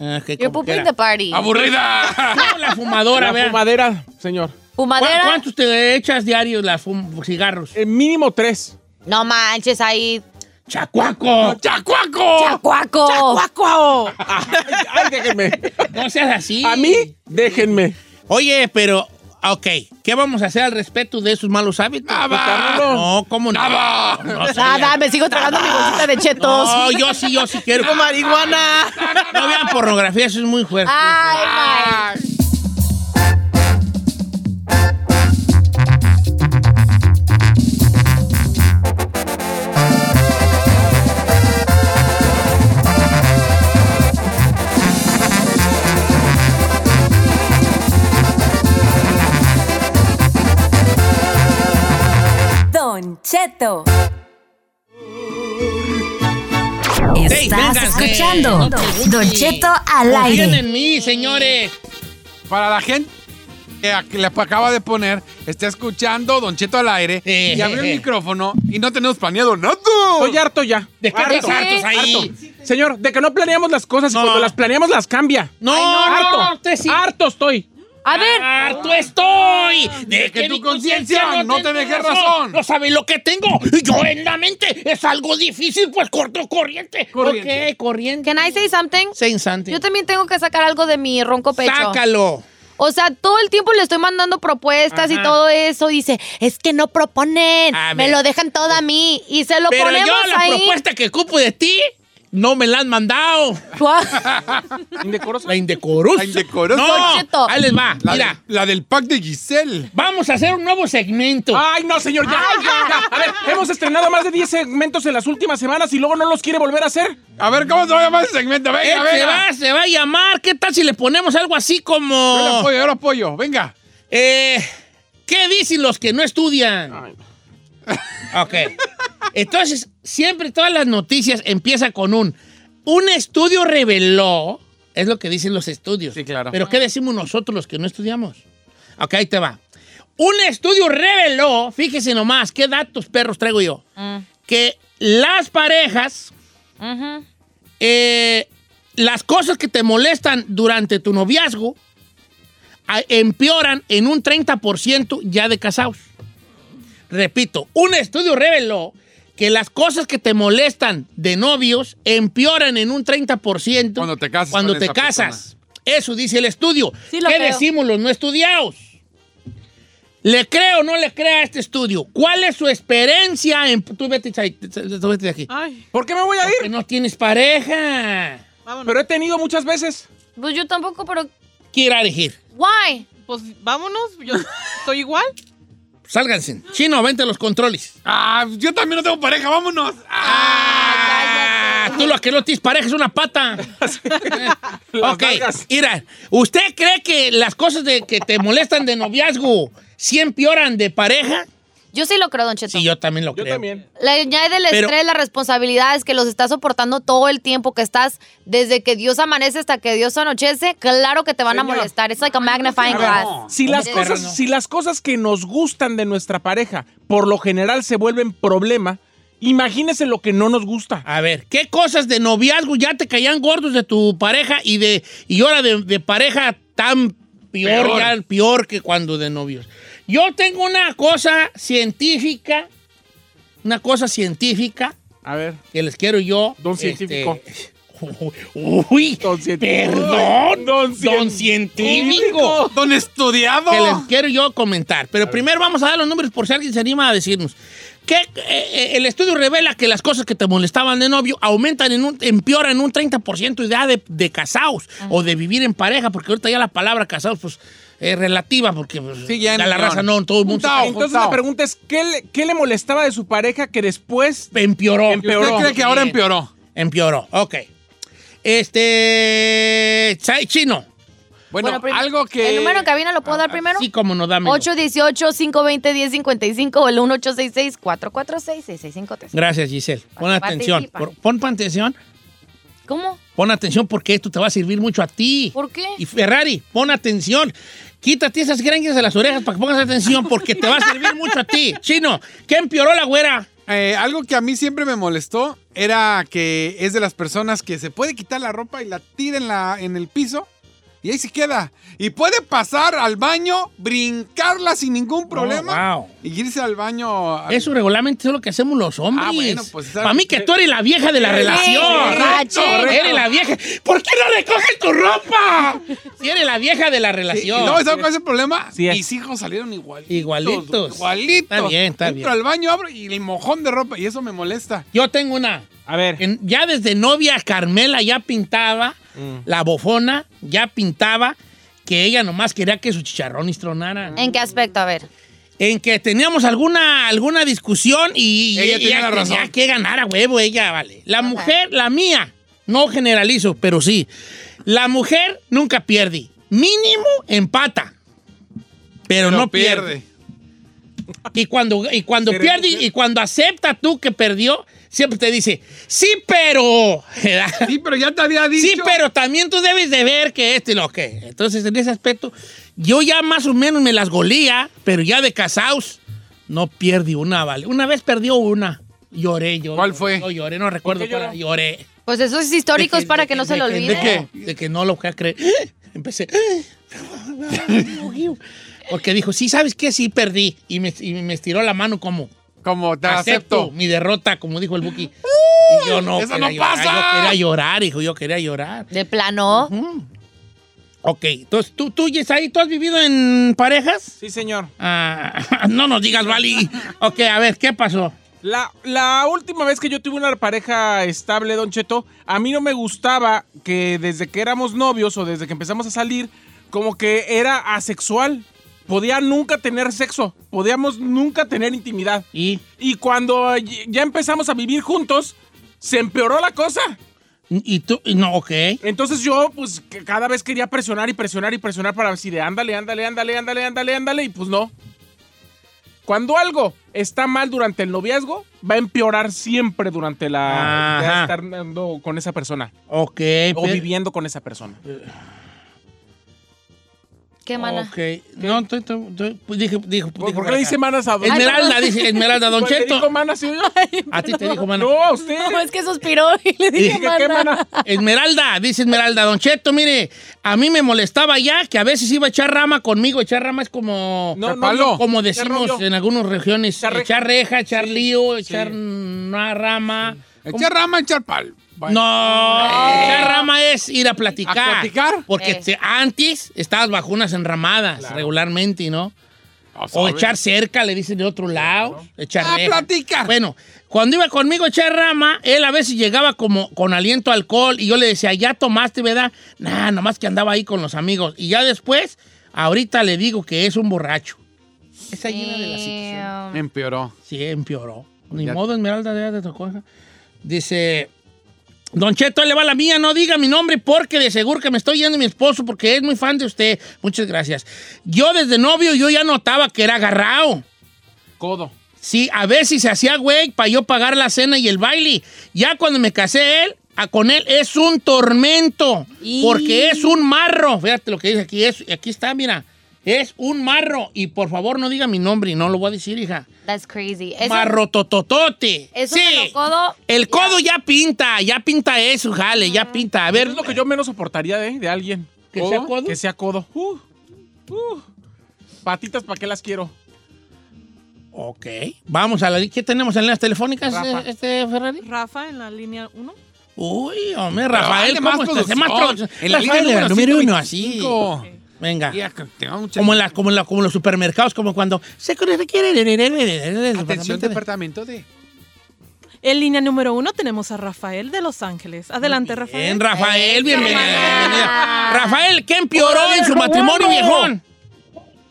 [SPEAKER 1] Ah, que
[SPEAKER 5] You're
[SPEAKER 1] como
[SPEAKER 5] pooping
[SPEAKER 1] quiera. Ah,
[SPEAKER 5] the party.
[SPEAKER 3] ¡Aburrida!
[SPEAKER 1] No, la fumadora,
[SPEAKER 2] La
[SPEAKER 1] vea.
[SPEAKER 2] fumadera, señor.
[SPEAKER 5] Fumadera.
[SPEAKER 1] ¿Cu- ¿Cuántos te echas diarios las fum- cigarros?
[SPEAKER 2] Eh, mínimo tres.
[SPEAKER 5] No manches, ahí.
[SPEAKER 1] ¡Chacuaco!
[SPEAKER 3] ¡Chacuaco!
[SPEAKER 5] Oh, ¡Chacuaco!
[SPEAKER 6] ¡Guaco!
[SPEAKER 2] Ay, ay,
[SPEAKER 1] (laughs)
[SPEAKER 2] déjenme.
[SPEAKER 1] No seas así.
[SPEAKER 2] A mí, déjenme.
[SPEAKER 1] Oye, pero, ok, ¿qué vamos a hacer al respecto de esos malos hábitos? Pues,
[SPEAKER 3] Nada.
[SPEAKER 1] No, ¿cómo no?
[SPEAKER 3] Nada.
[SPEAKER 1] No, sí,
[SPEAKER 5] Nada, me sigo tragando mi bolsita de chetos.
[SPEAKER 1] no, yo sí, yo sí quiero.
[SPEAKER 6] Como marihuana.
[SPEAKER 1] No vean pornografía, eso es muy fuerte.
[SPEAKER 5] Ah, Ay, my.
[SPEAKER 7] Don Cheto.
[SPEAKER 1] Ey,
[SPEAKER 7] Estás
[SPEAKER 1] vénganse.
[SPEAKER 7] escuchando Don Cheto al
[SPEAKER 1] Confíen
[SPEAKER 7] aire.
[SPEAKER 1] en mí, señores.
[SPEAKER 3] Para la gente que ac- le acaba de poner, está escuchando Don Cheto al aire
[SPEAKER 1] Eh,
[SPEAKER 3] y abrió
[SPEAKER 1] eh, eh.
[SPEAKER 3] el micrófono y no tenemos planeado nada.
[SPEAKER 2] Estoy harto ya.
[SPEAKER 1] ¿De qué
[SPEAKER 2] Harto.
[SPEAKER 1] estás hartos ahí?
[SPEAKER 2] Señor, de que no planeamos las cosas y
[SPEAKER 1] No.
[SPEAKER 2] cuando las planeamos las cambia.
[SPEAKER 1] No,
[SPEAKER 2] harto.
[SPEAKER 1] no, usted sí.
[SPEAKER 2] Harto estoy.
[SPEAKER 5] A ver,
[SPEAKER 1] ¡Harto estoy! De que,
[SPEAKER 3] que tu
[SPEAKER 1] mi
[SPEAKER 3] conciencia no te deje razón.
[SPEAKER 1] No sabes lo que tengo. Yo en la mente es algo difícil, pues corto corriente.
[SPEAKER 3] Corriente.
[SPEAKER 1] Ok, corriente.
[SPEAKER 5] can I say something?
[SPEAKER 1] Sé insante.
[SPEAKER 5] Yo también tengo que sacar algo de mi ronco pecho.
[SPEAKER 1] Sácalo.
[SPEAKER 5] O sea, todo el tiempo le estoy mandando propuestas
[SPEAKER 1] Ajá.
[SPEAKER 5] y todo eso. Dice, es que no proponen.
[SPEAKER 1] A
[SPEAKER 5] Me
[SPEAKER 1] ver.
[SPEAKER 5] lo dejan todo a mí. Y se lo
[SPEAKER 1] Pero
[SPEAKER 5] ponemos
[SPEAKER 1] yo la
[SPEAKER 5] ahí. (laughs)
[SPEAKER 1] propuesta que ocupo de ti no me la han mandado. (laughs)
[SPEAKER 2] Indecorosa.
[SPEAKER 1] La indecorosa.
[SPEAKER 3] La indecorosa.
[SPEAKER 1] No,
[SPEAKER 5] Don Cheto.
[SPEAKER 1] ahí les va.
[SPEAKER 3] La, de-
[SPEAKER 1] Mira,
[SPEAKER 3] la del pack de Giselle.
[SPEAKER 1] vamos a hacer un nuevo segmento.
[SPEAKER 3] Ah,
[SPEAKER 2] Ay, no, señor, ya, ya, ya. A ver, hemos estrenado más de 10 segmentos en las últimas semanas y luego no los quiere volver a hacer.
[SPEAKER 3] A ver, ¿cómo se va a llamar el segmento? Venga,
[SPEAKER 1] Él se
[SPEAKER 3] venga.
[SPEAKER 1] va, se va a llamar. ¿Qué tal si le ponemos algo así
[SPEAKER 3] Yo lo
[SPEAKER 1] como...
[SPEAKER 3] apoyo, yo lo apoyo. Venga.
[SPEAKER 1] Eh, ¿Qué dicen los que no estudian? (laughs) Ok. Entonces, siempre todas las noticias empiezan con un... Un estudio reveló... Es lo que dicen los estudios.
[SPEAKER 3] Sí, claro.
[SPEAKER 1] Pero ¿qué decimos nosotros los que no estudiamos? Ok, ahí te va. Un estudio reveló, fíjese nomás, qué datos perros traigo yo, que las parejas, eh, las cosas que te molestan durante tu noviazgo a- empeoran en un 30% ya de casados. Repito, un estudio reveló que las cosas que te molestan de novios empeoran en un 30%
[SPEAKER 3] Cuando te casas
[SPEAKER 1] Cuando
[SPEAKER 3] con
[SPEAKER 1] te
[SPEAKER 3] esa
[SPEAKER 1] casas. Eso dice el estudio.
[SPEAKER 5] Sí, lo
[SPEAKER 1] ¿Qué
[SPEAKER 5] creo.
[SPEAKER 1] decimos los no estudiados? ¿Le creo o no le crea a este estudio? ¿Cuál es su experiencia en... Tú vete, ahí, tú vete de aquí.
[SPEAKER 6] Ay,
[SPEAKER 2] ¿Por qué me voy a
[SPEAKER 1] Que
[SPEAKER 2] ir?
[SPEAKER 1] no tienes pareja.
[SPEAKER 6] vámonos.
[SPEAKER 2] Pero he tenido muchas veces.
[SPEAKER 5] Pues yo tampoco, pero.
[SPEAKER 1] Quiera elegir.
[SPEAKER 5] Why?
[SPEAKER 6] Pues vámonos, yo (laughs) estoy igual.
[SPEAKER 1] Sálganse. Chino, vente a los controles.
[SPEAKER 3] Ah, yo también no tengo pareja, vámonos.
[SPEAKER 1] Ah, tú lo que no tienes pareja es una
[SPEAKER 2] (laughs)
[SPEAKER 1] pata. Eh,
[SPEAKER 2] Las
[SPEAKER 1] ok,
[SPEAKER 2] nalgas.
[SPEAKER 1] mira, ¿usted cree que las cosas de, que te molestan de noviazgo sí empeoran de pareja?
[SPEAKER 5] Yo sí lo creo, Don Cheto.
[SPEAKER 1] Sí, yo también lo
[SPEAKER 2] Yo
[SPEAKER 1] creo.
[SPEAKER 2] también.
[SPEAKER 5] Le añade el
[SPEAKER 1] Pero-
[SPEAKER 5] estrés, las responsabilidades que los estás soportando todo el tiempo, que estás desde que Dios amanece hasta que Dios anochece, claro que te van a
[SPEAKER 2] Señora.
[SPEAKER 5] molestar. Es like a magnifying
[SPEAKER 3] no.
[SPEAKER 5] glass.
[SPEAKER 2] Si las,
[SPEAKER 1] perro
[SPEAKER 2] cosas,
[SPEAKER 1] no?
[SPEAKER 2] si las cosas que nos gustan de nuestra pareja por lo general se vuelven problema, imagínese lo que no nos gusta.
[SPEAKER 1] A ver, ¿qué cosas de noviazgo ya te caían gordos de tu pareja y de y ahora de, de pareja tan peor,
[SPEAKER 3] Peor.
[SPEAKER 1] ya peor que cuando de novios? Yo tengo una cosa científica, una cosa científica
[SPEAKER 2] A ver.
[SPEAKER 1] que les quiero yo. este,
[SPEAKER 2] Don científico.
[SPEAKER 1] (laughs) Uy,
[SPEAKER 2] Don científico.
[SPEAKER 1] perdón, don,
[SPEAKER 2] Don cien-
[SPEAKER 1] científico.
[SPEAKER 3] (laughs) Don estudiado.
[SPEAKER 1] Que les quiero yo comentar. Pero primero vamos a dar los números por si alguien se anima a decirnos. Que eh, eh, el estudio revela que las cosas que te molestaban de novio aumentan en un, empeoran en un 30% idea de, de casados o de vivir en pareja, porque ahorita ya la palabra casados pues, es relativa, porque pues,
[SPEAKER 3] Sí, ya
[SPEAKER 1] a la
[SPEAKER 3] no.
[SPEAKER 1] raza no, todo el mundo
[SPEAKER 3] Juntao,
[SPEAKER 2] Entonces
[SPEAKER 3] juntao.
[SPEAKER 2] la pregunta es, ¿qué le, qué le molestaba de su pareja que después...
[SPEAKER 1] empeoró.
[SPEAKER 2] Empeoró.
[SPEAKER 3] ¿Usted cree que ahora
[SPEAKER 1] Bien.
[SPEAKER 3] empeoró?
[SPEAKER 1] Empeoró, ok. Este. Chai- Chino.
[SPEAKER 3] Bueno,
[SPEAKER 5] prim-
[SPEAKER 3] algo que.
[SPEAKER 5] ¿El número en cabina lo puedo dar primero?
[SPEAKER 1] Ah, Sí, como no, dame.
[SPEAKER 5] 818-520-1055 o el 1866-446-6653.
[SPEAKER 1] Gracias, Giselle. Pon
[SPEAKER 5] Participa.
[SPEAKER 1] atención. Por- pon pa' atención.
[SPEAKER 5] ¿Cómo?
[SPEAKER 1] Pon atención porque esto te va a servir mucho a ti.
[SPEAKER 5] ¿Por qué?
[SPEAKER 1] Y Ferrari, pon atención. Quítate esas granjas de las orejas para que pongas atención porque te va a servir mucho a ti. Chino, ¿qué empeoró la güera?
[SPEAKER 3] Eh, algo que a mí siempre me molestó era que es de las personas que se puede quitar la ropa y la tira en, la, en el piso y ahí se queda. Y puede pasar al baño, brincarla sin ningún problema
[SPEAKER 1] Oh, wow.
[SPEAKER 3] y irse al baño. al-
[SPEAKER 1] Eso regularmente es lo que hacemos los hombres.
[SPEAKER 3] Ah, bueno, pues, ¿sabes?
[SPEAKER 1] Para mí que tú eres la vieja de la relación.
[SPEAKER 5] correcto,
[SPEAKER 1] Eres la vieja. ¿Por qué no recoges tu ropa? Si eres la vieja de la
[SPEAKER 3] Y- y
[SPEAKER 1] relación.
[SPEAKER 3] no, ¿sabes cuál es el problema?
[SPEAKER 2] Sí es.
[SPEAKER 3] Mis hijos salieron igualitos.
[SPEAKER 1] Igualitos.
[SPEAKER 3] Igualitos.
[SPEAKER 1] Está bien, está
[SPEAKER 3] Entro
[SPEAKER 1] bien.
[SPEAKER 3] al baño, abro y el mojón de ropa y eso me molesta.
[SPEAKER 1] Yo tengo una.
[SPEAKER 2] A ver.
[SPEAKER 1] En- ya desde novia Carmela ya pintaba,
[SPEAKER 3] Mm.
[SPEAKER 1] la bofona ya pintaba que ella nomás quería que sus chicharrones tronaran.
[SPEAKER 5] ¿En qué aspecto? A ver.
[SPEAKER 1] En que teníamos alguna, alguna discusión y
[SPEAKER 3] Ella tenía la razón.
[SPEAKER 1] tenía que ganar a huevo, ella, vale. La
[SPEAKER 5] Ajá.
[SPEAKER 1] mujer, la mía, no generalizo, pero sí. La mujer nunca pierde. Mínimo empata. Pero,
[SPEAKER 3] Pero
[SPEAKER 1] no pierde. Y cuando, y cuando
[SPEAKER 2] Ser
[SPEAKER 1] pierde
[SPEAKER 2] mujer.
[SPEAKER 1] y cuando acepta tú que perdió, siempre te dice, sí, pero. (laughs) ¿verdad?
[SPEAKER 3] Sí, pero ya te había dicho.
[SPEAKER 1] Sí, pero también tú debes de ver que esto y lo que. Entonces, en ese aspecto, yo ya más o menos me las golía, pero ya de casados no perdí una, ¿vale? Una vez perdió una. Lloré, yo.
[SPEAKER 3] ¿Cuál fue?
[SPEAKER 1] Yo lloré, no recuerdo
[SPEAKER 2] qué lloró?
[SPEAKER 1] cuál era, Lloré.
[SPEAKER 5] Pues eso es histórico,
[SPEAKER 1] De
[SPEAKER 5] es para
[SPEAKER 1] de
[SPEAKER 5] que no se
[SPEAKER 1] de
[SPEAKER 5] lo
[SPEAKER 1] que-
[SPEAKER 5] olvide.
[SPEAKER 1] De que, de que no lo voy a creer. (gasps) Empecé. Porque dijo, sí, ¿sabes qué? Sí, perdí. Y me, y me estiró la mano como,
[SPEAKER 3] Como te
[SPEAKER 1] acepto,
[SPEAKER 3] acepto.
[SPEAKER 1] mi derrota, como dijo el Buki. y yo no,
[SPEAKER 3] ¡Eso
[SPEAKER 1] quería
[SPEAKER 3] no
[SPEAKER 1] llorar,
[SPEAKER 3] pasa!
[SPEAKER 1] Yo quería llorar, hijo, yo quería llorar.
[SPEAKER 5] De plano.
[SPEAKER 1] Ok, entonces tú, tú, Yesai, ¿tú has vivido en parejas?
[SPEAKER 2] Sí, señor.
[SPEAKER 1] (laughs) Ah, no nos digas, Vali. Ok, a ver, ¿qué pasó?
[SPEAKER 2] La, la última vez que yo tuve una pareja estable, Don Cheto, a mí no me gustaba que desde que éramos novios o desde que empezamos a salir, como que era asexual. Podía nunca tener sexo, podíamos nunca tener intimidad.
[SPEAKER 1] Y
[SPEAKER 2] Y cuando y- ya empezamos a vivir juntos, se empeoró la cosa.
[SPEAKER 1] Y tú, y no, ok.
[SPEAKER 2] Entonces yo, pues, que cada vez quería presionar y presionar y presionar para decir, ándale, ándale, ándale, ándale, ándale, ándale, y pues no. Cuando algo está mal durante el noviazgo, va a empeorar siempre durante la...
[SPEAKER 1] Ajá. pues.
[SPEAKER 2] ya estar andando con esa persona
[SPEAKER 1] Ok.
[SPEAKER 2] o
[SPEAKER 1] pe-
[SPEAKER 2] viviendo con esa persona.
[SPEAKER 5] Qué mana.
[SPEAKER 1] Ok. No, estoy, estoy- estoy- pues dije, dijo,
[SPEAKER 2] ¿Por,
[SPEAKER 1] dijo
[SPEAKER 2] por qué
[SPEAKER 1] acá.
[SPEAKER 2] le dice manas a
[SPEAKER 1] Esmeralda, dice Esmeralda, Don
[SPEAKER 2] ¿Por qué dijo
[SPEAKER 1] Cheto.
[SPEAKER 2] manas, sí, yo?
[SPEAKER 1] A ti te (laughs) dijo, mano.
[SPEAKER 2] No, a usted.
[SPEAKER 5] (laughs) No, es que suspiró y le
[SPEAKER 1] Dije,
[SPEAKER 5] dije,
[SPEAKER 2] ¿Qué, qué,
[SPEAKER 5] mana.
[SPEAKER 2] mana?
[SPEAKER 1] Esmeralda, dice Esmeralda, Don Cheto, mire, a mí me molestaba ya que a veces iba a echar rama conmigo. Echar rama es como,
[SPEAKER 2] No, no,
[SPEAKER 1] Chapalo.
[SPEAKER 2] no.
[SPEAKER 1] como
[SPEAKER 2] Echar
[SPEAKER 1] decimos
[SPEAKER 2] rollo.
[SPEAKER 1] en algunas regiones,
[SPEAKER 2] Echar reja.
[SPEAKER 1] echar reja, echar lío, echar
[SPEAKER 2] Sí.
[SPEAKER 1] una rama.
[SPEAKER 3] Echar rama, echar pal.
[SPEAKER 1] No, echar rama es ir a platicar.
[SPEAKER 3] ¿A platicar?
[SPEAKER 1] Porque
[SPEAKER 5] Eh.
[SPEAKER 1] te- antes estabas bajo unas enramadas regularmente, ¿no?
[SPEAKER 3] O
[SPEAKER 1] O echar cerca, le dicen de otro lado. Echar
[SPEAKER 3] A
[SPEAKER 1] reja.
[SPEAKER 3] platicar.
[SPEAKER 1] Bueno, cuando iba conmigo a echar rama, él a veces llegaba como con aliento a alcohol y yo le decía, ya tomaste, ¿verdad? Nah, nomás que andaba ahí con los amigos. Y ya después, ahorita le digo que es un borracho. Esa es una de las situaciones.
[SPEAKER 5] Damn.
[SPEAKER 3] Empeoró.
[SPEAKER 1] Sí, empeoró. Ni
[SPEAKER 3] Ya-
[SPEAKER 1] modo, Esmeralda, ya te tocó. hija. Dice, Don Cheto, ahí le va la mía, no diga mi nombre porque de seguro que me estoy yendo mi esposo porque es muy fan de usted. Muchas gracias. Yo desde novio, yo ya notaba que era agarrado.
[SPEAKER 2] Codo.
[SPEAKER 1] Sí, a ver si se hacía güey para yo pagar la cena y el baile. Ya cuando me casé él, a- con él es un tormento.
[SPEAKER 5] Y-
[SPEAKER 1] Porque es un marro. Fíjate lo que dice aquí. Es, aquí está, mira. Es un marro. Y por favor no diga mi nombre y no lo voy a decir, hija.
[SPEAKER 5] That's crazy. Eso-
[SPEAKER 1] Marrotototote.
[SPEAKER 5] Eso
[SPEAKER 1] sí.
[SPEAKER 5] de lo codo,
[SPEAKER 1] El codo ya pinta, ya pinta eso, jale, ya pinta. A ver,
[SPEAKER 2] Es lo que yo menos soportaría de, de alguien.
[SPEAKER 1] ¿Que sea codo?
[SPEAKER 2] eh, Que sea codo. Uh, uh. Patitas, ¿para qué las quiero?
[SPEAKER 1] Ok, vamos a la... ¿Qué tenemos en las telefónicas,
[SPEAKER 2] Rafa.
[SPEAKER 1] eh, este Ferrari?
[SPEAKER 6] Rafa en la línea 1.
[SPEAKER 1] Uy, hombre, Rafael,
[SPEAKER 3] Dale
[SPEAKER 1] ¿cómo
[SPEAKER 3] más
[SPEAKER 1] estás? Más
[SPEAKER 3] producción.
[SPEAKER 1] produ-
[SPEAKER 3] En la
[SPEAKER 1] Rafael,
[SPEAKER 3] línea
[SPEAKER 1] el número uno, así. Venga.
[SPEAKER 3] Ya, que tengamos mucha-
[SPEAKER 1] Como, en la, como, en la- como en los supermercados, como cuando se requiere...
[SPEAKER 3] Atención, departamento de...
[SPEAKER 6] En línea número 1 tenemos a Rafael de Los Ángeles. Adelante,
[SPEAKER 1] Bien,
[SPEAKER 6] Rafael.
[SPEAKER 1] Rafael, bienvenido.
[SPEAKER 5] Hermana.
[SPEAKER 1] Rafael, ¿qué empeoró en su matrimonio, viejón?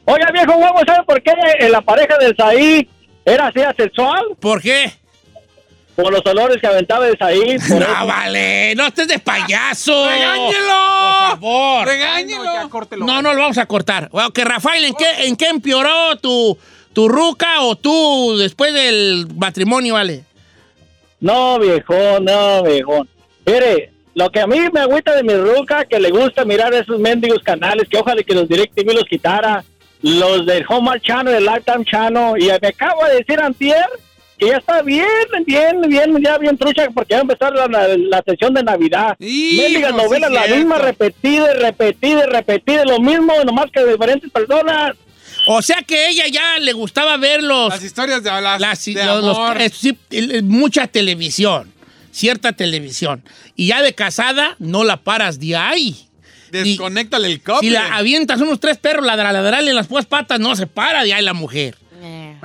[SPEAKER 8] Oiga, viejo huevo, ¿sabe por qué eh, la pareja del Saí era así asexual?
[SPEAKER 1] ¿Por qué?
[SPEAKER 8] Por los olores que aventaba el Saí.
[SPEAKER 1] (laughs)
[SPEAKER 8] por
[SPEAKER 1] No,
[SPEAKER 8] eso.
[SPEAKER 1] vale, no estés de payaso. Por
[SPEAKER 3] ¡Regáñelo!
[SPEAKER 1] favor.
[SPEAKER 3] ¡Regáñelo!
[SPEAKER 2] No, ya córtelo.
[SPEAKER 1] No, no lo vamos a cortar. Bueno, que Rafael, ¿en qué, ¿en qué empeoró tu, tu ruca o tú después del matrimonio, vale?
[SPEAKER 8] No, viejo, no, viejo. Mire, lo que a mí me agüita de mi ruca, que le gusta mirar esos mendigos canales, que ojalá que los DirecTV los quitara, los del Home Channel, del Lifetime Channel, y me acabo de decir antier que ya está bien, bien, bien, ya bien trucha, porque va a empezar la, la, la sesión de Navidad.
[SPEAKER 3] Hijo,
[SPEAKER 8] Mendigas
[SPEAKER 3] sí
[SPEAKER 8] novelas,
[SPEAKER 3] es
[SPEAKER 8] la
[SPEAKER 3] cierto.
[SPEAKER 8] misma, repetida, y repetida, y repetida, lo mismo, nomás que de diferentes personas.
[SPEAKER 1] O sea que ella ya le gustaba ver los...
[SPEAKER 3] Las historias de las,
[SPEAKER 1] las-
[SPEAKER 3] de
[SPEAKER 1] los- los-
[SPEAKER 3] amor.
[SPEAKER 1] eh, sí, eh, mucha televisión, cierta televisión. Y ya de casada no la paras de ahí.
[SPEAKER 3] Desconéctale el cable.
[SPEAKER 1] Si la avientas unos tres perros ladra, ladrarle en las puas patas, no se para de ahí la mujer.
[SPEAKER 5] eh,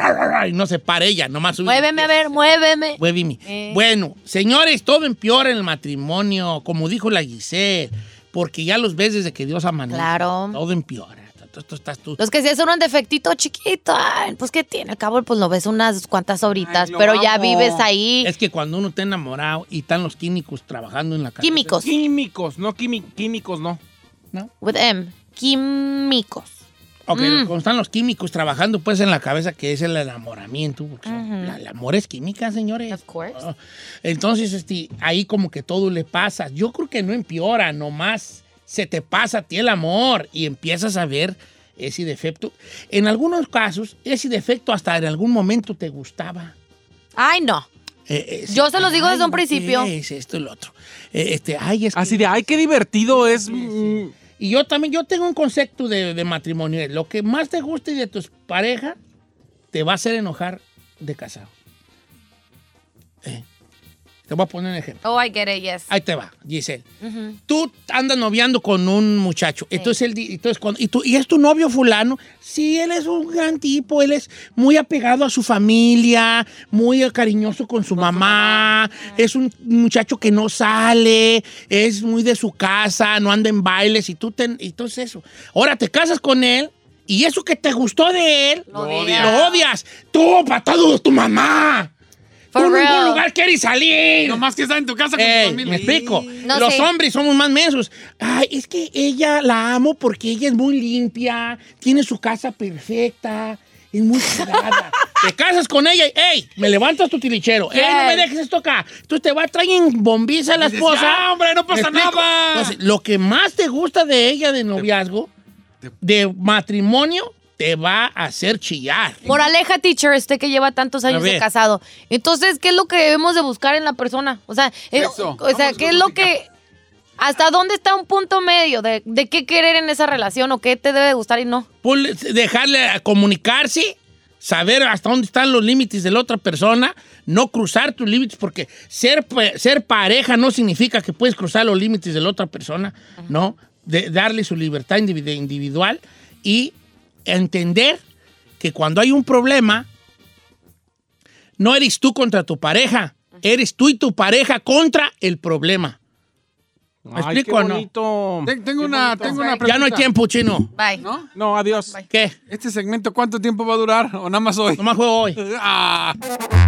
[SPEAKER 1] Y no se para ella, nomás sube-
[SPEAKER 5] Muéveme, a ver, muéveme.
[SPEAKER 1] Huevimi.
[SPEAKER 5] Eh.
[SPEAKER 1] Bueno, señores, todo empeora en el matrimonio, como dijo la Giselle, porque ya los ves desde que Dios amanece.
[SPEAKER 5] Claro.
[SPEAKER 1] Todo empeora. Tú, tú estás tú.
[SPEAKER 5] Los que se hacen un defectito chiquito, ay, pues ¿qué tiene? Al cabo, pues lo ves unas cuantas horitas,
[SPEAKER 3] Ay, lo
[SPEAKER 5] pero ya
[SPEAKER 3] amo.
[SPEAKER 5] vives ahí.
[SPEAKER 1] Es que cuando uno está enamorado y están los químicos trabajando en la cabeza.
[SPEAKER 5] Químicos,
[SPEAKER 2] Químicos, no quimi- químicos, no.
[SPEAKER 5] with M. Químicos.
[SPEAKER 1] Ok,
[SPEAKER 5] Mm.
[SPEAKER 1] cuando están los químicos trabajando pues en la cabeza, que es el enamoramiento. porque
[SPEAKER 5] Ujú.
[SPEAKER 1] la- el amor es química, señores.
[SPEAKER 5] Of course.
[SPEAKER 1] Ah, Entonces, este, ahí como que todo le pasa. Yo creo que no empeora, nomás se te pasa a ti el amor y empiezas a ver ese defecto. En algunos casos, ese defecto hasta en algún momento te gustaba.
[SPEAKER 5] Ay, no.
[SPEAKER 1] Eh, eh,
[SPEAKER 5] Yo se los digo desde un
[SPEAKER 1] ¿qué
[SPEAKER 5] principio.
[SPEAKER 1] Es esto y lo otro. Eh, este, ay, es que-
[SPEAKER 2] Así de, ay, qué divertido es. mm,
[SPEAKER 1] Y yo también, yo tengo un concepto de, de matrimonio. Lo que más te guste de tu pareja te va a hacer enojar de casado. Eh. Te voy a poner un ejemplo.
[SPEAKER 5] Oh, I get it, yes.
[SPEAKER 1] Ahí te va, Giselle.
[SPEAKER 5] Ujú.
[SPEAKER 1] Tú andas noviando con un muchacho. Entonces él di- entonces cuando- y, tú- y es tu novio fulano. Sí, él es un gran tipo. Él es muy apegado a su familia, muy eh, cariñoso con su mamá. Es un muchacho que no sale, es muy de su casa, no anda en bailes y tú te, y todo eso. Ahora te casas con él y eso que te gustó de él,
[SPEAKER 5] Lo
[SPEAKER 1] odias.
[SPEAKER 5] odias.
[SPEAKER 1] Lo odias. Tú, patado de tu mamá.
[SPEAKER 5] For
[SPEAKER 1] tú en
[SPEAKER 5] real.
[SPEAKER 1] ningún lugar quieres salir.
[SPEAKER 3] Nomás que está en tu casa con
[SPEAKER 1] Ey,
[SPEAKER 3] tus mil-
[SPEAKER 1] me explico.
[SPEAKER 5] No
[SPEAKER 1] Los
[SPEAKER 5] sé.
[SPEAKER 1] hombres somos más mensos. Ay, es que ella la amo porque ella es muy limpia, tiene su casa perfecta, es muy
[SPEAKER 5] (laughs)
[SPEAKER 1] cuidada. Te casas con ella y, ey, me levantas tu tilichero. Ey, no me
[SPEAKER 5] Yes.
[SPEAKER 1] dejes esto acá. Tú te vas a traer en bombiza a la
[SPEAKER 3] Dices,
[SPEAKER 1] esposa.
[SPEAKER 3] "Ya, hombre, no
[SPEAKER 1] ¿Me
[SPEAKER 3] pasa
[SPEAKER 1] explico?
[SPEAKER 3] nada".
[SPEAKER 1] Entonces, lo que más te gusta de ella de noviazgo, de matrimonio, te va a hacer chillar.
[SPEAKER 5] Moraleja, teacher, usted que lleva tantos años de
[SPEAKER 1] ver.
[SPEAKER 5] casado. Entonces, ¿qué es lo que debemos de buscar en la persona? O sea, eh,
[SPEAKER 3] Eso.
[SPEAKER 5] o sea
[SPEAKER 3] Vamos
[SPEAKER 5] ¿qué
[SPEAKER 3] con
[SPEAKER 5] es lo
[SPEAKER 3] música.
[SPEAKER 5] que... ¿Hasta dónde está un punto medio de, de qué querer en esa relación o qué te debe de gustar y no?
[SPEAKER 1] Ponle- Pues, dejarle a comunicarse, saber hasta dónde están los límites de la otra persona, no cruzar tus límites, porque ser, pa- ser pareja no significa que puedes cruzar los límites de la otra persona, ¿no? De- darle su libertad individ- individual y entender que cuando hay un problema, no eres tú contra tu pareja, eres tú y tu pareja contra el problema. ¿Me
[SPEAKER 2] Ay,
[SPEAKER 1] explico o
[SPEAKER 2] qué
[SPEAKER 1] no?
[SPEAKER 2] bonito.
[SPEAKER 3] Ten- tengo una, Ah, tengo una pregunta.
[SPEAKER 1] Ya no hay tiempo, chino.
[SPEAKER 5] Bye.
[SPEAKER 3] ¿No?
[SPEAKER 2] No, adiós.
[SPEAKER 1] ¿Qué?
[SPEAKER 3] ¿Este segmento cuánto tiempo va a durar? ¿O nada más hoy?
[SPEAKER 1] Nomás juego hoy.
[SPEAKER 3] Ah.